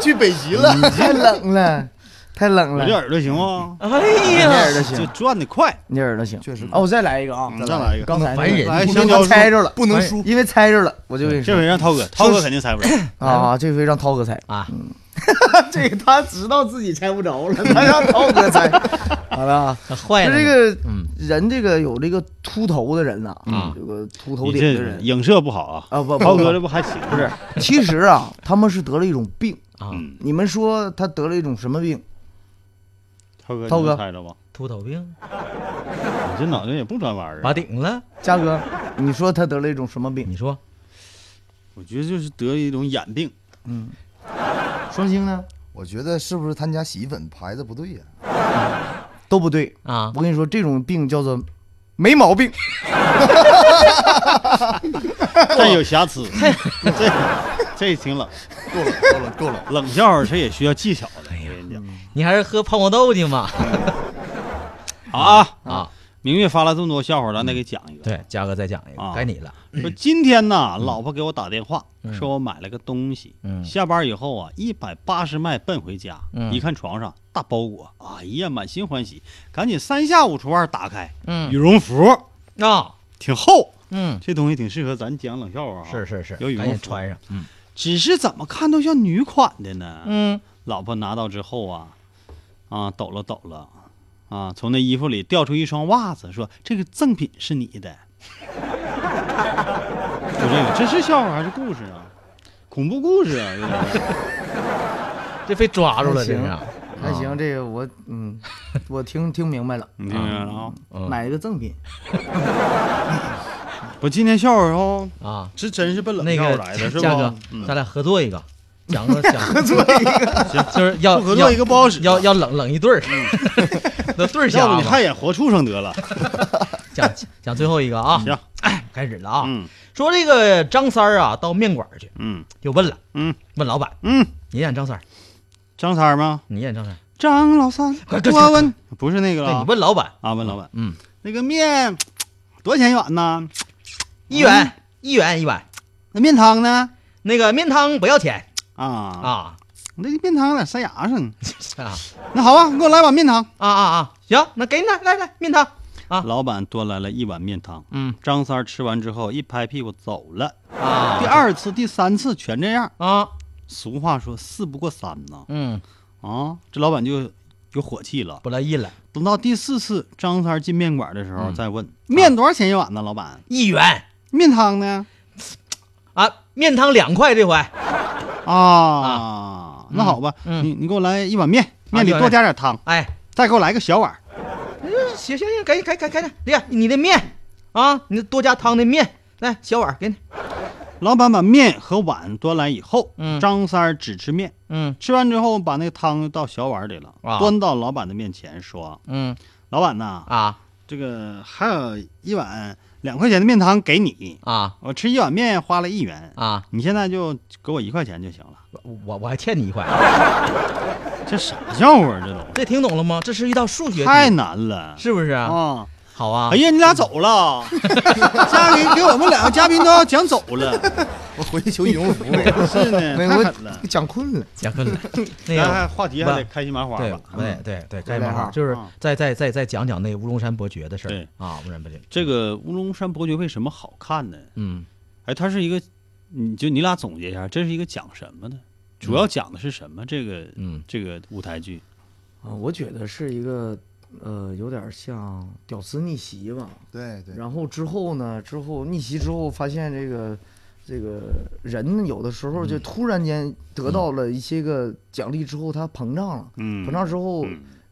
去北极
了
太冷了，太冷
我
了。
这耳朵行吗？
哎
呀你这耳朵行
这转的快，
你耳朵行，
确实
哦，我再来一个啊，
嗯再来一个
刚才那哎
烦人来
不
香
能
蕉树
猜着了，哎
不能输
因为猜着了，我就跟你说
这回让涛哥，涛哥肯定猜不着。
啊，这回让涛哥猜
啊，
嗯这个 *laughs* 他知道自己猜不着了，他让涛哥猜。 *laughs* 好了
*laughs*
啊，
坏了嗯
就这个人，这个有这个秃头的人呐，
嗯
有个秃头
你
顶
这
的人
影射不好啊！
啊不，
涛
不
哥这不还行？
不是，其实啊，他们是得了一种病
啊。
你们说他得了一种什么病？
涛哥，
涛
你
哥
能猜着吧？
秃头病，
你这脑袋也不转弯儿啊！
拔顶了。
嘉哥，你说他得了一种什么病？
你说
我觉得就是得一种眼病，
嗯，双星呢？
我觉得是不是他们家洗衣粉牌子不对呀、
都不对
啊！
我跟你说，这种病叫做没毛病。
哦
但有瑕疵。这这挺冷，
够冷，够冷，够冷。
冷笑话这也需要技巧的。
哎
我跟你讲，
你还是喝泡沫豆去
*laughs*
嘛？
嗯好啊
啊！
明月发了这么多笑话，咱得给讲一个。
对，嘉哥再讲一个，
啊
该你了。
说今天呢，老婆给我打电话，
嗯
说我买了个东西，
嗯
下班以后啊，一百八十迈奔回家，
嗯
一看床上大包裹，哎呀，满心欢喜，赶紧三下五除二打开，
嗯
羽绒服
啊，
挺厚，
嗯，
这东西挺适合咱讲冷笑话啊，
是是是，
有羽
赶
绒
紧
服，
穿上。嗯
只是怎么看都像女款的呢，
嗯，
老婆拿到之后啊，啊，抖了抖了，啊，从那衣服里掉出一双袜子，说这个赠品是你的。 *laughs* 就这个，这是笑话还是故事啊？恐怖故事啊，有点
这被抓住了，
还
这
行
是。啊
还行，这个我嗯，我听听明白了，
你听明白了
嗯
啊？
买了个赠品，
我啊今天笑话哦，
啊，
这真是奔冷
那
笑话
个
来的，是
嘉哥
吧？，嗯
咱俩合作
*laughs*
一个，讲个讲
合作一个
行
就是要
不合作一个不好使，嗯
要要冷冷一对儿， *laughs* 那对儿
要
下
不你看演活畜生得
*laughs*
了。
讲讲最后一个啊，
行，
哎，开始了啊，说这个张三儿啊到面馆儿去，
嗯，
就问了，
嗯，
问老板，
嗯，
你演张三儿，
张三儿吗？
你演张三儿，
张老
啊
三，我问，不是那个
对
了
你，问老板
啊，问老板，
嗯，
那个面多少钱一碗呢？
一元一元一碗，
那面汤呢？
那个面汤不要钱
啊
啊
那个面汤有点塞牙上。
啊 *laughs*
那好啊，你给我来碗面汤。
啊啊啊，行，那给你来来来面汤，
老板端来了一碗面汤。
嗯，
张三儿吃完之后一拍屁股走了。
啊
第二次、第三次全这样
啊。
俗话说事不过三呐。
嗯，
啊，这老板就有火气了，
不乐意了。
等到第四次张三儿进面馆的时候
嗯
再问面多少钱一碗呢？老板，
一元
面汤呢？
啊，面汤两块这回，
啊，那好吧，
嗯
你你给我来一碗
啊
面，面里多加点汤，
哎，
再给我来个小碗儿。
嗯行行行，赶紧赶紧赶紧，李姐，你的面啊，你多加汤的面，来小碗给你。
老板把面和碗端来以后，
嗯
张三儿只吃面，
嗯，
吃完之后把那汤倒小碗里了，
啊
端到老板的面前说
嗯：“
老板呐，
啊
这个还有一碗两块钱的面汤给你，
啊
我吃一碗面花了一元，
啊，
你现在就给我一块钱就行了。
我我还欠你一块，”
这啥笑话啊？这都
这听懂了吗？这是一道数学题，
太难了，
是不是啊？
啊！
好啊，
哎呀，你俩走
*laughs*
了，嘉宾给我们两个嘉宾都要讲走了，。
*laughs* 我回去求羽绒服去
是呢，
没
太
我
狠了。
讲困了，
讲困了，那
咱还
个
话题还得开心麻花
对
吧？
对
嗯
对对，该漫画就是再再再再讲讲那乌龙山伯爵的事儿啊，乌龙山伯爵，
这个乌龙山伯爵为什么好看呢？
嗯
哎，它是一个，你就你俩总结一下，这是一个讲什么的？主要讲的是什么？这个
嗯，
这个舞台剧
啊，我觉得是一个呃，有点像屌丝逆袭吧。
对对，
然后之后呢，之后逆袭之后发现这个这个人有的时候就突然间得到了一些个奖励之后，他膨胀了，
嗯
膨胀之后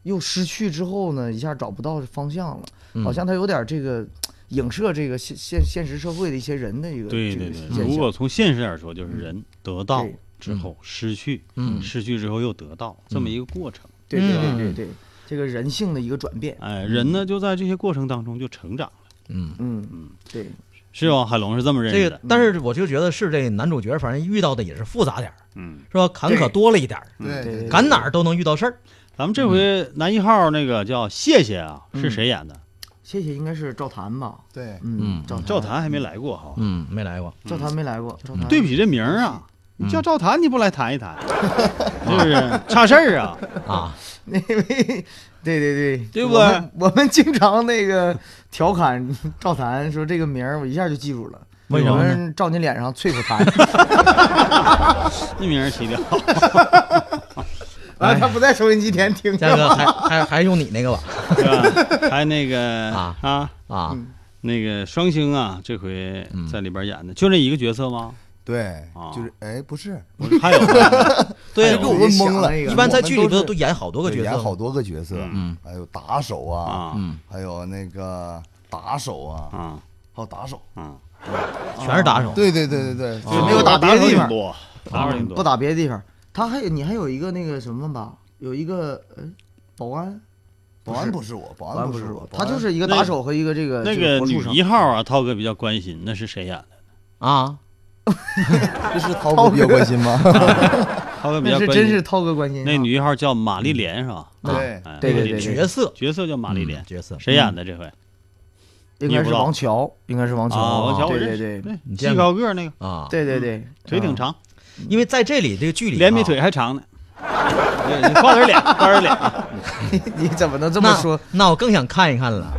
又失去之后呢，一下找不到方向了，
嗯
好像他有点这个影射这个现现现实社会的一些人的一个
对
这个
对对，
现
如
象
果从现实点说，就是人得到
对
之后嗯失去，
嗯
失去之后又得到，这么一个过程。
对对对对
嗯
对，这个人性的一个转变，
哎，人呢就在这些过程当中就成长了，
嗯。
嗯嗯，对，
是吧？海龙是嗯这么认
这
识
个
的，，
但是我就觉得是这男主角，反正遇到的也是复杂点儿，
嗯，
是吧？坎坷多了一点儿，
对对
赶哪儿都能遇到事儿。
咱们这回男一号那个叫谢谢啊，是谁演的？
谢谢应该是赵谭吧？
对，
嗯，赵
赵谭还没来过哈。
嗯，没来过。
赵谭没来
嗯
过，赵谭
对比这名儿啊，
嗯
你叫赵谭你不来谈一
*laughs*
谈，是不是差事儿啊？
啊，
那位， *laughs* 对对对，
对不
我 *laughs* 们我们经常那个调侃赵谭说这个名儿，我一下就记住了。
为什么呢
有人照你脸上啐
*laughs*
口痰。
哎这名儿起
*laughs*
的好。
啊，他不在收音机前听。
嘉
*laughs*
哥还还还用你那个吧？
对吧？还有那个啊啊
啊，
那个双星啊，这回
嗯
在里边演的就这一个角色
*laughs*
吗？
对，
啊
就是哎，不是，
我说还有呢
对
这给我问懵了。
一般在剧里
我们
头
是
都演好多个角色
对演好多个角色，
嗯，
还有打手啊，
嗯，
还有那个打手啊，
啊，
还有打手，
啊，
全是打手
哦
对对对对对，
啊
没有打别的地方，
啊哦不
不打
打别的地方。他还有你还有一个那个什么吧，有一个呃保安，
保安不是我，保
安
安不
是
是
我
我，，
他就是一个打手和一个这个
那
这个
个
活畜
女
生
一号啊，涛哥比较关心，那是谁演的？
*laughs*
啊，
这是涛哥比较关心吗？
涛哥比较关心，
那是真是涛哥关心啊
那女一号叫玛丽莲是吧？
嗯对
哎
对对
玛丽
对
莲
角
色
角色叫玛丽莲，
嗯角色
谁演的这回？
应
你
该
不
是
知道
王乔，应该是王乔，
啊王乔我
对
认
对
识
对，
对细高个儿那个
啊，
对对对，
腿挺长，
因为在这里这个剧里啊
脸比腿还长 *laughs* 呢。对你夸点脸，夸点脸。
*laughs* 你怎么能这
么说？那我更想看一看了。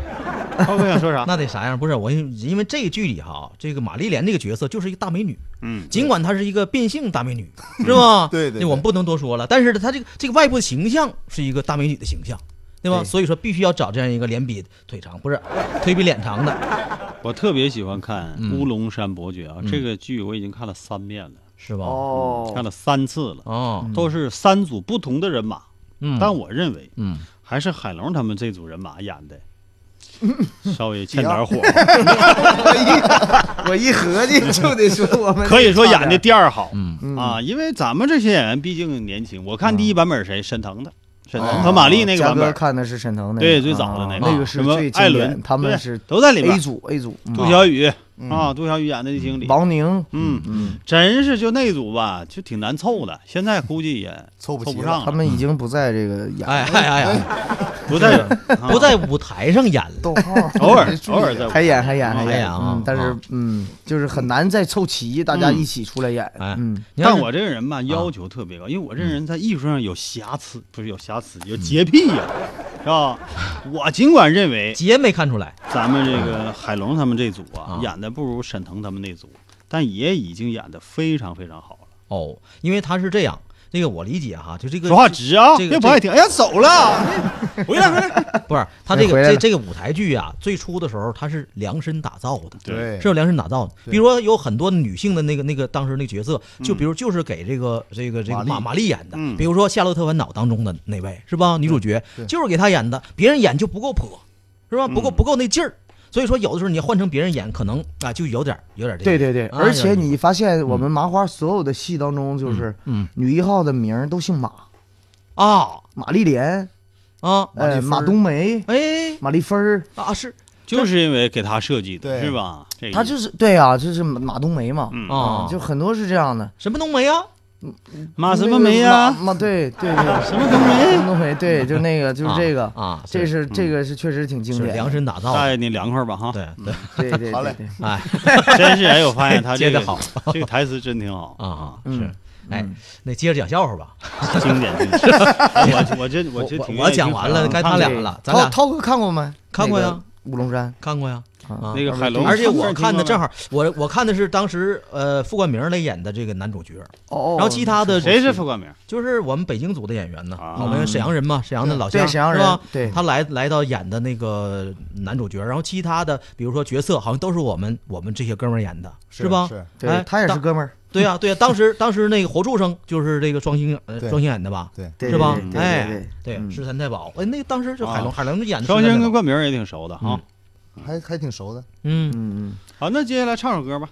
涛哥想说 *laughs* 啥？
那得啥样？不是我，因为这个剧里哈，这个玛丽莲这个角色就是一个大美女，
嗯，
尽管她是一个变性
*laughs*
大美女，是吧？
对对对
那我们不能多说了。但是她这个这个外部形象是一个大美女的形象，对吧？
对
所以说必须要找这样一个脸比腿长，不是腿比脸长的。
我特别喜欢看《乌龙山伯爵》啊，
嗯
这个剧我已经看了三遍了，
是吧？
哦
看了三次了，
哦，
都是三组不同的人马，
嗯
嗯但我认为，
嗯，
还是海龙他们这组人马演 *laughs* 的。稍微欠点 *laughs* 火，
我一我一合计就得说我们
可以说演的第二好，
嗯
啊，因为咱们这些演员毕竟年轻。我看第一版本是谁？沈腾的，沈腾和马丽哦那个版
啊嘉哥
本，
看的是沈腾那个，
对最早的那
啊
个
那个是
什么
最
艾
经典
伦
他们
对
是
都在里边
A 组 A 组，嗯
杜小雨
嗯
啊，杜小雨演的经理，
王宁，
嗯
嗯，
真是就那组吧，就挺难凑的。现在估计也
凑不
凑不
齐
上了
他们已经不在这个演，
哎哎哎
*laughs*
哎，
不在啊
不在舞台上演了，
逗号
偶尔偶尔在舞台
还演还演还
还演
演
啊
嗯但是
啊
嗯，就是很难再凑齐，大家
嗯
一起出来演，
哎
嗯，
但我这个人吧，要求特别高，因为我这人在艺术上有瑕疵，不是有瑕疵，有洁癖呀、是吧？我尽管认为
杰没看出来，
咱们这个海龙他们这组啊，演的不如沈腾他们那组，但也已经演的非常非常好了。
哦，因为他是这样，这个我理解哈，就这个
说话直啊，
这个
别不爱听。哎呀，走了，回来回来。
*laughs* 不是他这
回
个
来
这
了
这个舞台剧啊，最初的时候它是量身打造的，
对
是有量身打造的。
对嗯
比如说有很多女性的那个那个当时那角色，就比如就是给这个这个这个
玛丽
马玛丽演的，
嗯
比如说《夏洛特烦恼》当中的那位是吧？女主角
对嗯
就是给她演的，别人演就不够泼，是吧？不够不够那劲儿。所以说，有的时候你换成别人演，可能啊就有点有点这
对
个。
对对，
啊
而且
有点
你发现我们麻花所有的戏当中，就是
嗯
女一号的名儿都姓马
啊，
马丽莲，
啊，
呃，马冬梅，
哎，
马丽芬儿，
啊是，
就是因为给他设计的，
对
是吧？这
哎
个
她就是对啊，就是马马冬梅嘛，
啊
嗯
啊，就很多是这样的，
什么啊冬梅呀？
马什
那
么
个
梅呀
马？马对对
*laughs*
对，
什么冬梅
马冬梅对，就那个就是这个
啊啊
这是
是
这个是确实挺经
是
典的，
量身打造的。
带你凉快吧哈。
对对
对
*laughs*
对对
好嘞
对，
嗯
哎，
真是哎，我发现他这
接
个
得好
*laughs* 这个台词真挺好
啊，是，哎，那接着讲笑话吧，
经典
*laughs*
经典我我这
我
我这挺
我讲完了，该他俩了，咱
涛
俩
涛哥看过没？
看过呀，
《乌龙山
看过呀，啊，
那个海龙
而且
他
我
们
看
听说
的正好，我我看的是当时呃傅冠明来演的这个男主角，
哦
然后其他的
谁是傅冠明？
就是我们北京组的演员呢，我们沈阳人嘛，沈阳的老
对
乡，
沈阳
是
人
吧
对
他来来到演的那个男主角，然后其他的比如说角色好像都是我们我们这些哥们儿演的，
是
吧？
是
哎
对他也是
当
哥们儿，
对呀、对呀、当时当时那个活畜生就是这个双星呃
对
双星演的吧？
对
对
是吧
对对？对
哎，
对嗯哦对
对，十三太保，哎，那个当时就海龙
啊
海龙就演的
双
十三
星
太
跟
保
冠名也挺熟的哈。
还还挺熟的。
嗯
嗯
好，那接下来唱首歌吧。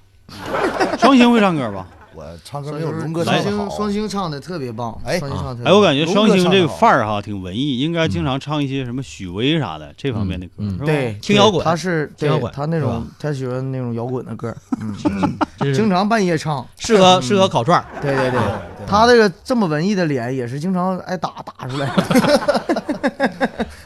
*laughs* 双星会唱歌吧？
我唱歌没有龙哥
双
唱的
星
好。啊
双星唱的特别棒，
哎
双星唱
嗯
得特别
哎，
棒
我感觉双星这个范
儿，
儿哈挺文艺，应该经常唱一些什么许巍啥的这方面的歌，
嗯
是吧？
对，
轻摇滚
他是
轻摇滚
对他那
是
种
吧
他喜欢那种摇滚的歌，嗯，
这是
经常半夜唱，
适
嗯
合适合烤串儿，
对对对，他这个这么文艺的脸也是经常挨打打出来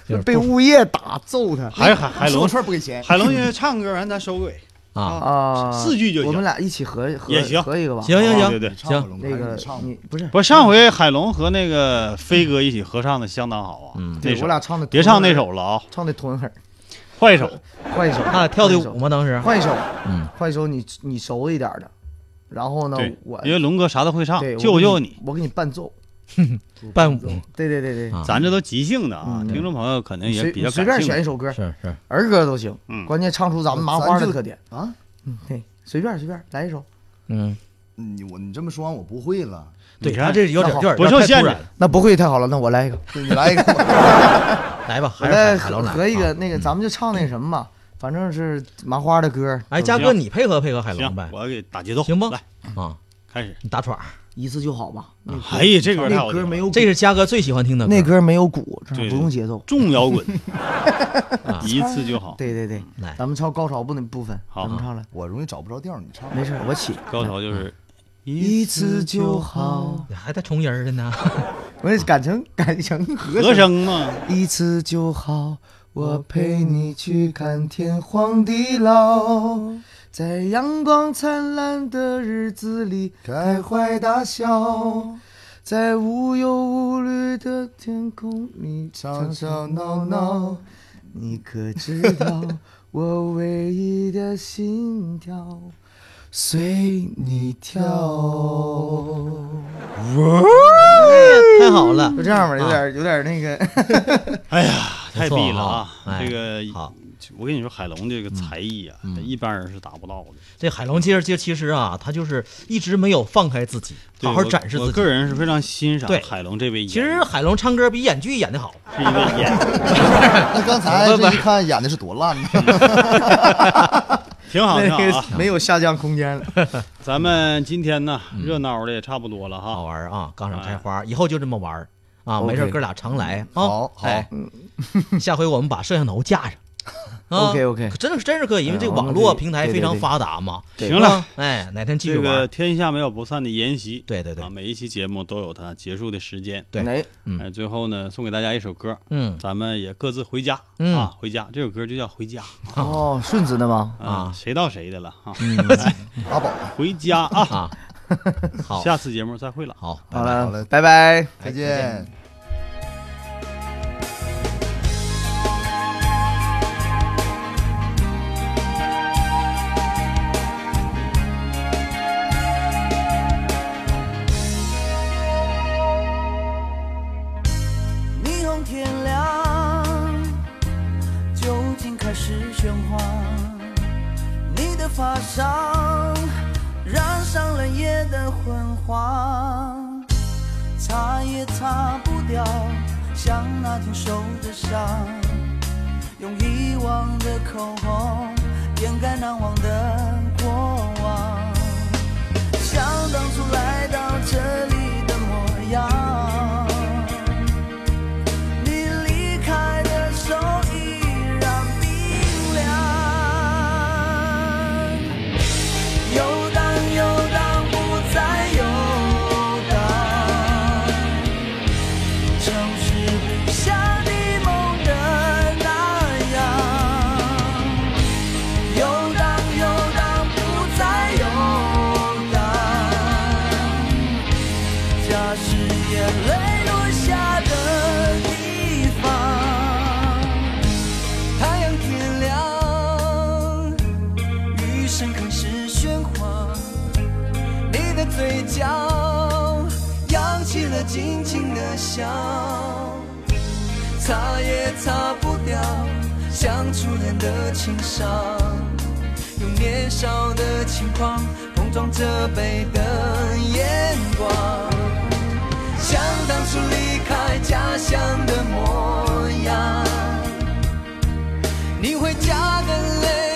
就是
的，被物业打揍他，
还海海龙
说串不给钱
海龙爷唱歌完咱收尾
啊，
啊，
四句就行
我们俩一起合合
也行
合一个吧，啊
行行行
哦对对
唱吧
行，
龙哥
那个
你唱吧
你不是
不，上回海龙和那个飞哥一起合唱的相当好啊，那
嗯
对
首
我俩唱的
别唱那首了啊，
唱的屯狠，
换一首，
换一首，
他俩跳的舞吗？当时
换一首，
嗯，
换一首你你熟一点的，然后呢
对，
我
因为龙哥啥都会唱
对，，
救
我给
救你，，
我给你伴奏，
伴舞，
对对对
嗯
对，
咱这都即兴的啊，听众朋友可能啊也
嗯随
比较
随
感
便
兴
选
趣。嗯
一首歌，
是是，
儿歌都行，关键唱出咱们麻花
咱
的
就
特点
啊，
嗯，对，随便随便来一首，
嗯，
你我你这么说完我不会了，
对
你看他这有点有点
不受限制，
那不会太好了，那我来一个，
你来一个，
来吧，
我
还
再
是海
合
老奶
合一个
啊
嗯
嗯
那个，咱们就唱那什么吧，反正是麻花的歌，
哎，
嘉
嘉哥，你配合配合海龙
行
呗，
我给打节奏，
行不？
来
啊，
开始，
你打喘儿。
一次就好吧，那歌
哎呀，这歌太
那
好听
歌
了
没有，
*laughs* 这是嘉哥最喜欢听的歌
那歌没有鼓，这
对
不用节奏，
重摇
*laughs*
滚，
啊
一次就好。
对对对，
来，
咱们唱高潮部那部分，
好
咱们唱来，
我容易找不着调，你唱
没事，我起。
高潮就是
一次就好，
还带重音儿的呢。
嗯我也感成感成和
和声嘛，
一次就好，我陪你去看天荒地老，在阳光灿烂的日子里开怀大笑，在无忧无虑的天空里吵吵闹闹，你可知 *laughs* 道我唯一的心跳随你跳。
太好了，
就这样吧，有
啊
点有点那 *laughs* 个，
哎呀，太
不错
逼了
啊
啊！
哎
这
嗯
个好，我跟你说，海龙这个才艺啊，一般人是达不到的。
这海龙其实其其实啊，他就是一直没有放开自己，
对
好好
我
展示自
我
己。
个人是非常欣赏
对
海龙这位演
其实海龙唱歌比演剧演的好，
是一位演
那刚才这一看演的是多烂呢，
挺好挺好啊。
没有下降空间了。
*laughs* 咱们今天呢，热闹的也差不多了哈
好。玩儿啊，杠上开花，以后就这么玩儿啊，没事儿
哎 OK 嗯
哥俩常来啊。
好好
*laughs*
哎，下回我们把摄像头架上。啊
OK，OK
可真的是真是可以，因为
哎
这
我们
网络
可以
平台
对
非
对
常
对
发达嘛。
对
行了
啊，哎，哪天继续
这
玩
个
儿。
天下没有不散的筵席，
对对对
啊，，每一期节目都有它结束的时间。
对
哎，
嗯
哎，最后呢，送给大家一首歌，
嗯
咱们也各自回家
嗯
啊，回家。这首歌就叫《回家》
哦，顺子的吗？
啊嗯
谁到谁的了哈。 *laughs*
阿宝，
回家啊，
*laughs*
啊，好，
下次节目再会了。
好，拜
好
拜。
了，
好了
拜拜。
再见。
霓虹天亮，酒精开始喧哗，你的发梢染上了夜的昏黄，擦也擦不掉，像那天受的伤，用遗忘的口红掩盖难忘的过往，想当初来到这里的模样。你离开的手依然冰凉，游荡游荡不再游荡，城市不像你梦的那样，游荡游荡不再游荡。家是眼泪落下的地方。太阳天亮，雨声开始喧哗，你的嘴角扬起了轻轻的笑，擦也擦不掉，像初恋的情伤。用年少的轻狂碰撞这杯的眼光，想当初离开家乡的模样，你回家的泪